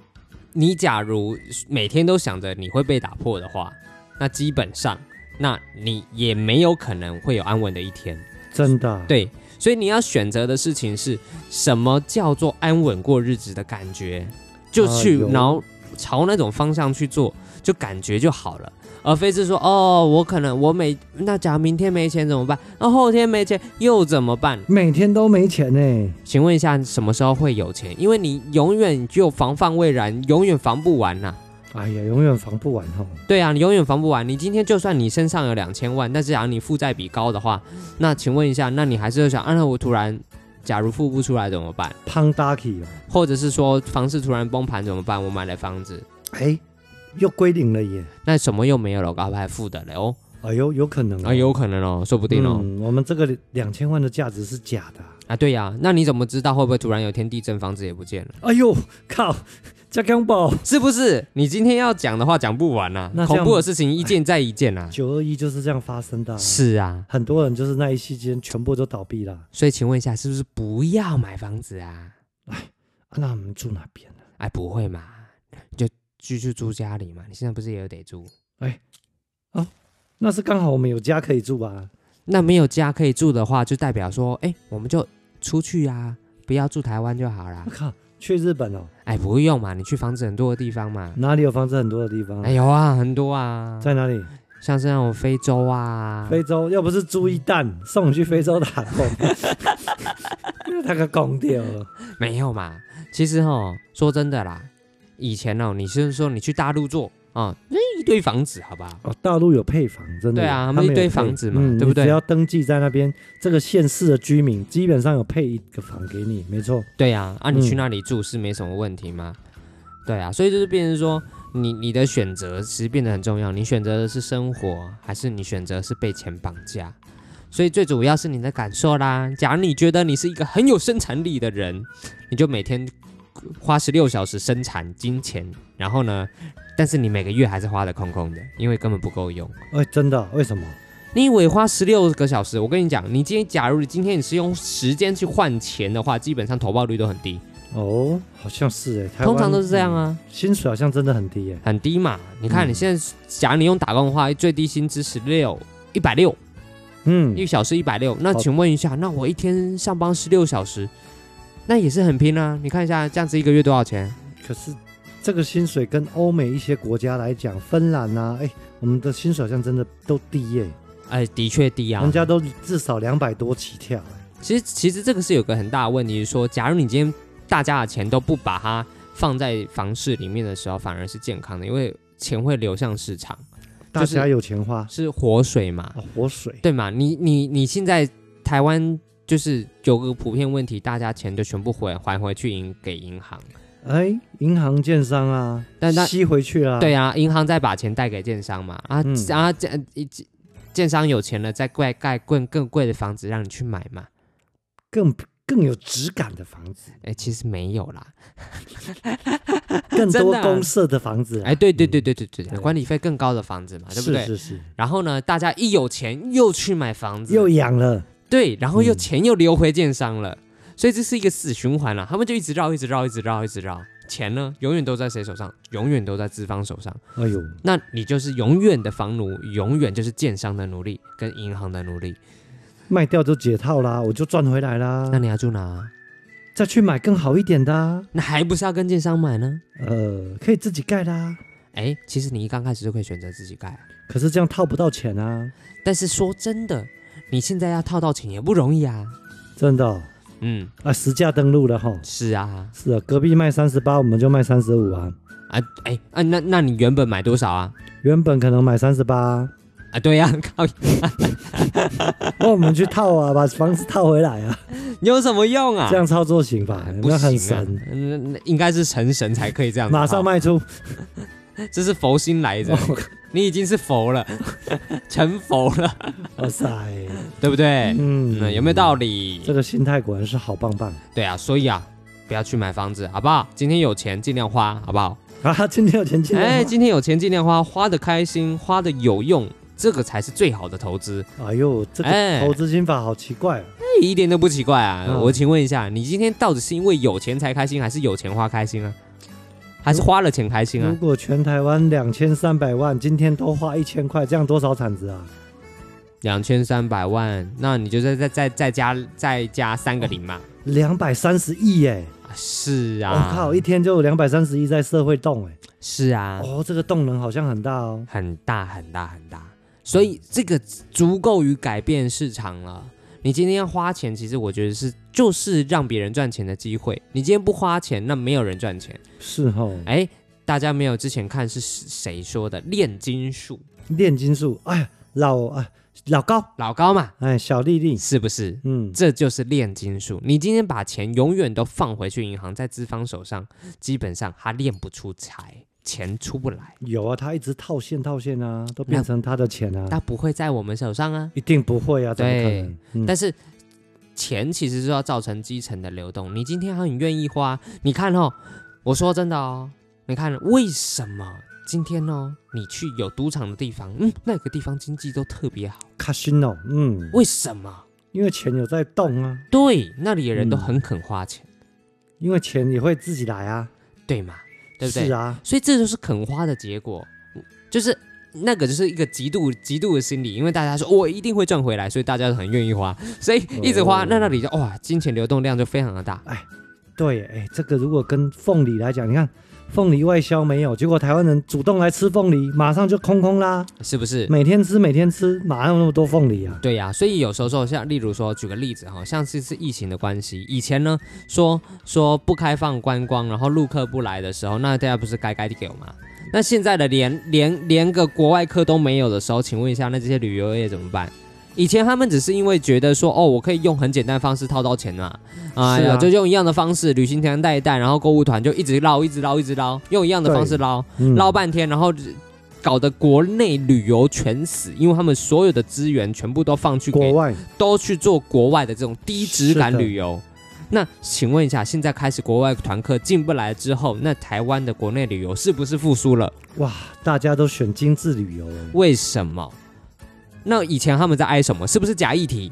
C: 你假如每天都想着你会被打破的话，那基本上，那你也没有可能会有安稳的一天。
B: 真的，，
C: 对，所以你要选择的事情是什么叫做安稳过日子的感觉，就去
B: 哎，呦
C: 然后朝那种方向去做，就感觉就好了。而非是说哦，我可能我每那假如明天没钱怎么办？那后天没钱又怎么办？
B: 每天都没钱呢。
C: 请问一下，什么时候会有钱？因为你永远就防范未然，永远防不完呐、
B: 哎呀，永远防不完哦。
C: 对啊，你永远防不完。你今天就算你身上有两千万，但是假如你负债比高的话，那请问一下，那你还是会想，啊，那我突然假如付不出来怎么办？
B: 胖 Ducky 哦，
C: 或者是说房市突然崩盘怎么办？我买了房子，
B: 哎，又归零了耶。
C: 那什么又没有了，搞不好还负的了哦，
B: 哎呦，有可能哦
C: 啊，有可能哦，说不定哦。
B: 嗯，我们这个两千万的价值是假的啊、
C: 啊，对呀、那你怎么知道会不会突然有天地震，房子也不见了？啊
B: 哎呦，靠，加钢宝
C: 是不是？你今天要讲的话讲不完呐、
B: 那这
C: 恐
B: 样
C: 怖的事情一件再一件呐、
B: 九二一就是这样发生的啊、
C: 是啊，
B: 很多人就是那一期间全部都倒闭了。
C: 所以请问一下，是不是不要买房子啊？
B: 啊、那我们住哪边呢、
C: 哎，不会嘛，你就继续住家里嘛。你现在不是也有得住？
B: 那是刚好我们有家可以住啊。
C: 那没有家可以住的话，就代表说，哎，我们就出去啊，不要住台湾就好啦
B: 我。啊靠，去日本哦，
C: 哎，不用嘛，你去房子很多的地方嘛。
B: 哪里有房子很多的地方？
C: 哎，有啊，很多啊，
B: 嗯在哪里？
C: 像是那种非洲啊，
B: 非洲，要不是猪一蛋送你去非洲打工， 那个公掉了。
C: 没有嘛。其实哈，说真的啦，以前哦，你是说你去大陆做啊，那、一堆房子，好吧？
B: 哦，大陆有配房，真的
C: 对
B: 有
C: 啊他们
B: 有
C: 一堆
B: 配嗯
C: 房子嘛对
B: 你
C: 不对
B: 只要登记在那边这个县市的居民，基本上有配一个房给你，没错。
C: 对呀、啊，你去
B: 嗯
C: 那里住是没什么问题吗？对啊，所以就是变成说，你你的选择其实变得很重要。你选择的是生活，还是你选择是被钱绑架？所以最主要是你的感受啦。假如你觉得你是一个很有生产力的人，你就每天花十六小时生产金钱，然后呢，但是你每个月还是花的空空的，因为根本不够用。
B: 哎，真的？为什么？
C: 你以为花十六个小时？我跟你讲，你今天假如你今天你是用时间去换钱的话，基本上投报率都很低。
B: 哦，好像是哎，台湾
C: 通常都是这样、啊，
B: 嗯薪水好像真的很低哎。
C: 很低嘛。你看
B: 嗯
C: 你现在，假如你用打工的话，最低薪资十六，一百六，
B: 嗯
C: 一个，小时一百六。那
B: 好
C: 请问一下，那我一天上班十六小时，那也是很拼啊。你看一下，这样子一个月多少钱？
B: 可是这个薪水跟欧美一些国家来讲，芬兰啊，哎，我们的薪水好像真的都低耶，
C: 哎，的确低啊
B: 人。家都至少两百多起跳哎。
C: 其实其实这个是有个很大的问题，是说假如你今天大家的钱都不把它放在房市里面的时候，反而是健康的，因为钱会流向市场，
B: 大
C: 就是
B: 家有钱花
C: 是活水嘛。
B: 啊，活水。
C: 对嘛？你你你现在台湾就是有个普遍问题，大家钱就全部还还回去银给银行。
B: 哎，银行建商啊，
C: 但那
B: 吸回去啊。
C: 对啊，银行再把钱贷给建商嘛，啊、
B: 嗯
C: 啊建一建商有钱了，再盖盖更更贵的房子让你去买嘛。
B: 更更有质感的房子，
C: 哎，其实没有啦，
B: 更
C: 真
B: 多
C: 的啊
B: 公社的房子啊、
C: 哎，对对对对对对，
B: 对
C: 管理费更高的房子嘛，对不对？
B: 是是
C: 然后呢，大家一有钱又去买房
B: 是，
C: 子，
B: 又养了，
C: 对，然后又
B: 嗯
C: 钱又流回建商了，所以这是一个死循环啊了、他们就一直绕，一直绕，一直绕，一直绕。钱呢，永远都在谁手上？永远都在资方手上。
B: 哎呦，
C: 那你就是永远的房奴，永远就是建商的奴隶跟银行的奴隶。
B: 卖掉就解套啦，我就赚回来啦
C: 那，你要住哪啊？
B: 再去买更好一点的、啊，
C: 那还不是要跟建商买呢？
B: 呃，可以自己盖啦，
C: 哎，其实你一刚开始就可以选择自己盖啊，
B: 可是这样套不到钱啊，
C: 但是说真的，你现在要套到钱也不容易啊。
B: 真的哦、
C: 嗯，
B: 啊，实价登录了哈。
C: 是啊，
B: 是啊，隔壁卖三十八，我们就卖三十五啊。
C: 啊，哎啊，那那你原本买多少啊？
B: 原本可能买三十八，
C: 啊，对呀、靠，
B: 那我们去套啊，把房子套回来啊，
C: 你有什么用啊？
B: 这样操作行吧？有
C: 哎
B: 没有很
C: 行啊
B: 神？
C: 嗯，那应该是成神才可以这样子。
B: 马上哦
C: 卖，
B: 卖出，
C: 这是佛心来着，你已经是佛了， 成佛了，
B: 哇塞，
C: 对不对？
B: 嗯
C: 哎嗯，有没有道？理？
B: 这个心态果然是好棒棒
C: 对啊，所以啊，不要去买房子，好不好？今天有钱尽量花，好不好？
B: 啊！今天有钱进
C: 哎，
B: 来，
C: 今天有钱尽量花，花的开心，花的有用，这个才是最好的投资。
B: 哎呦，这个
C: 哎
B: 投资心法好奇怪啊！
C: 哎，一点都不奇怪啊！
B: 嗯
C: 我请问一下，你今天到底是因为有钱才开心，还是有钱花开心啊？还是花了钱开心
B: 如
C: 啊？
B: 果全台湾两千三百万，今天都花一千块，这样多少产值啊？
C: 两千三百万，那你就再再再再加再加三个零嘛。
B: 两百三十亿耶！
C: 啊是
B: 我
C: 啊，
B: 靠，一天就两百三十亿在社会动哎！
C: 是啊，
B: 哦，这个动能好像很大哦。
C: 很大很大很大，所以这个足够于改变市场了。你今天要花钱，其实我觉得是就是让别人赚钱的机会。你今天不花钱，那没有人赚钱。
B: 是哦，
C: 哎，大家没有之前看是谁说的炼金术，
B: 炼金术，哎呀，老啊老高，
C: 老高嘛，
B: 哎小丽丽，
C: 是不是？
B: 嗯，
C: 这就是炼金术。你今天把钱永远都放回去银行，在资方手上，基本上他炼不出财，钱出不来，
B: 有啊，他一直套现套现啊，都变成他的钱啊，
C: 他不会在我们手上啊。
B: 一定不会啊，怎么可
C: 对
B: 能？嗯
C: 但是钱其实是要造成基层的流动。你今天很愿意花，你看哦，我说真的哦，你看为什么今天哦，你去有赌场的地方，嗯，那个地方经济都特别好，
B: 卡西诺，嗯，
C: 为什么？
B: 因为钱有在动啊，
C: 对，那里的人都很肯花钱，
B: 因为钱也会自己来啊，
C: 对吗？对不对？
B: 是啊，
C: 所以这就是肯花的结果，就是那个就是一个极度极度的心理，因为大家说我一定会赚回来，所以大家都很愿意花，所以一直花，
B: 哦
C: 那那里就哇，金钱流动量就非常的大。
B: 对，哎，这个如果跟凤梨来讲，你看凤梨外销没有，结果台湾人主动来吃凤梨，马上就空空啦，
C: 是不是？
B: 每天吃每天吃，哪有那么多凤梨啊？
C: 对呀、所以有时候说，像例如说，举个例子哈，像这次疫情的关系，以前呢说说不开放观光，然后陆客不来的时候，那大家不是该该给吗？那现在的连连连个国外客都没有的时候，请问一下，那这些旅游业怎么办？以前他们只是因为觉得说，哦，我可以用很简单的方式套到钱嘛，哎
B: 是
C: 呀，
B: 啊
C: 就用一样的方式，旅行团带一带，然后购物团就一直捞，一直捞，一直捞，用一样的
B: 对
C: 方式捞，
B: 嗯
C: 捞半天，然后搞得国内旅游全死，因为他们所有的资源全部都放去
B: 国
C: 给，
B: 外
C: 都去做国外的这种低质
B: 是
C: 感
B: 的
C: 旅游。那请问一下，现在开始国外团客进不来之后，那台湾的国内旅游是不是复苏了？
B: 哇，大家都选精致旅游了。
C: 为什么？那以前他们在挨什么？是不是假议题？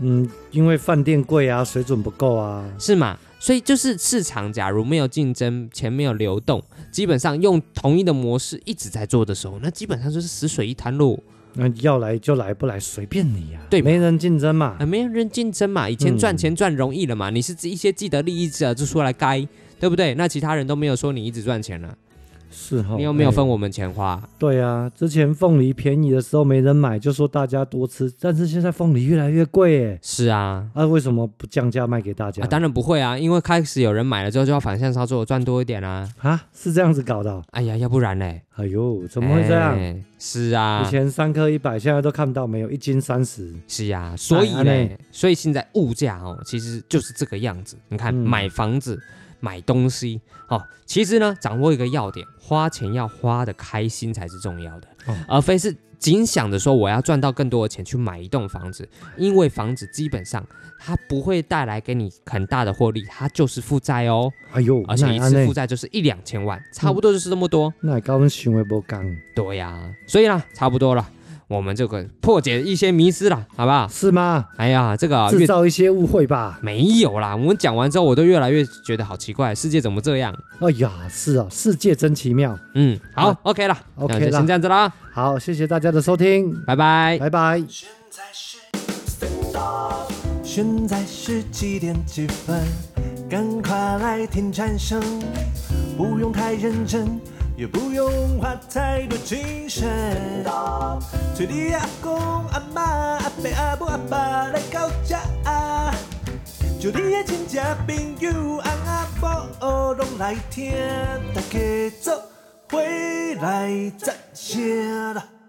B: 嗯，因为饭店贵啊，水准不够啊。
C: 是吗？所以就是市场，假如没有竞争，钱没有流动，基本上用同一的模式一直在做的时候，那基本上就是死水一滩路。
B: 那要来就来，不来随便你啊。
C: 对嘛
B: 没人竞争嘛。
C: 啊，没有人竞争嘛，以前赚
B: 嗯
C: 钱赚容易了嘛，你是一些既得利益者就出来该，对不对？那其他人都没有说你一直赚钱了，
B: 是哈，
C: 你又没有分
B: 哎
C: 我们钱花，
B: 对啊，之前凤梨便宜的时候没人买，就说大家多吃，但是现在凤梨越来越贵哎，
C: 是啊。
B: 啊，为什么不降价卖给大家？
C: 啊，当然不会啊，因为开始有人买了之后就要反向操作，赚多一点啊。
B: 啊是这样子搞的哦、
C: 哎呀，要不然嘞，
B: 哎呦，怎么会这样？
C: 哎是啊
B: 以，前三颗一百，现在都看不到没有，一斤三十。
C: 是啊，所以
B: 哎安
C: 嘞
B: 内，
C: 所以现在物价哦，其实就是这个样子。你看，
B: 嗯
C: 买房子、买东西，哦，其实呢，掌握一个要点，花钱要花的开心才是重要的，
B: 哦
C: 而非是仅想着说我要赚到更多的钱去买一栋房子，因为房子基本上它不会带来给你很大的获利，它就是负债哦，
B: 哎呦，
C: 而且一
B: 那嗯
C: 次负
B: 那
C: 债就是一两千万，差不多就是这么多。
B: 那高温行为不刚
C: 对呀、所以啦，差不多了，我们这个破解一些迷思啦，好不好？
B: 是吗？
C: 哎呀，这个啊
B: 制
C: 越
B: 造一些误会吧。
C: 没有啦，我们讲完之后，我都越来越觉得好奇怪，世界怎么这样？
B: 哎呀，是啊，世界真奇妙。
C: 嗯，好、
B: 啊
C: o k 啦，
B: OK
C: 那就
B: 啦
C: 先这样子啦，
B: 好，谢谢大家的收听，
C: 拜拜。
B: 拜拜。
A: 现在是 stand up，现在是几点几分？赶快来听蝉声，不用太认真，也不用花太多精神。stand up，催你阿公阿妈阿伯阿母阿爸来到家。就你的亲戚朋友、翁阿婆拢来听，大家做伙来赞声啦！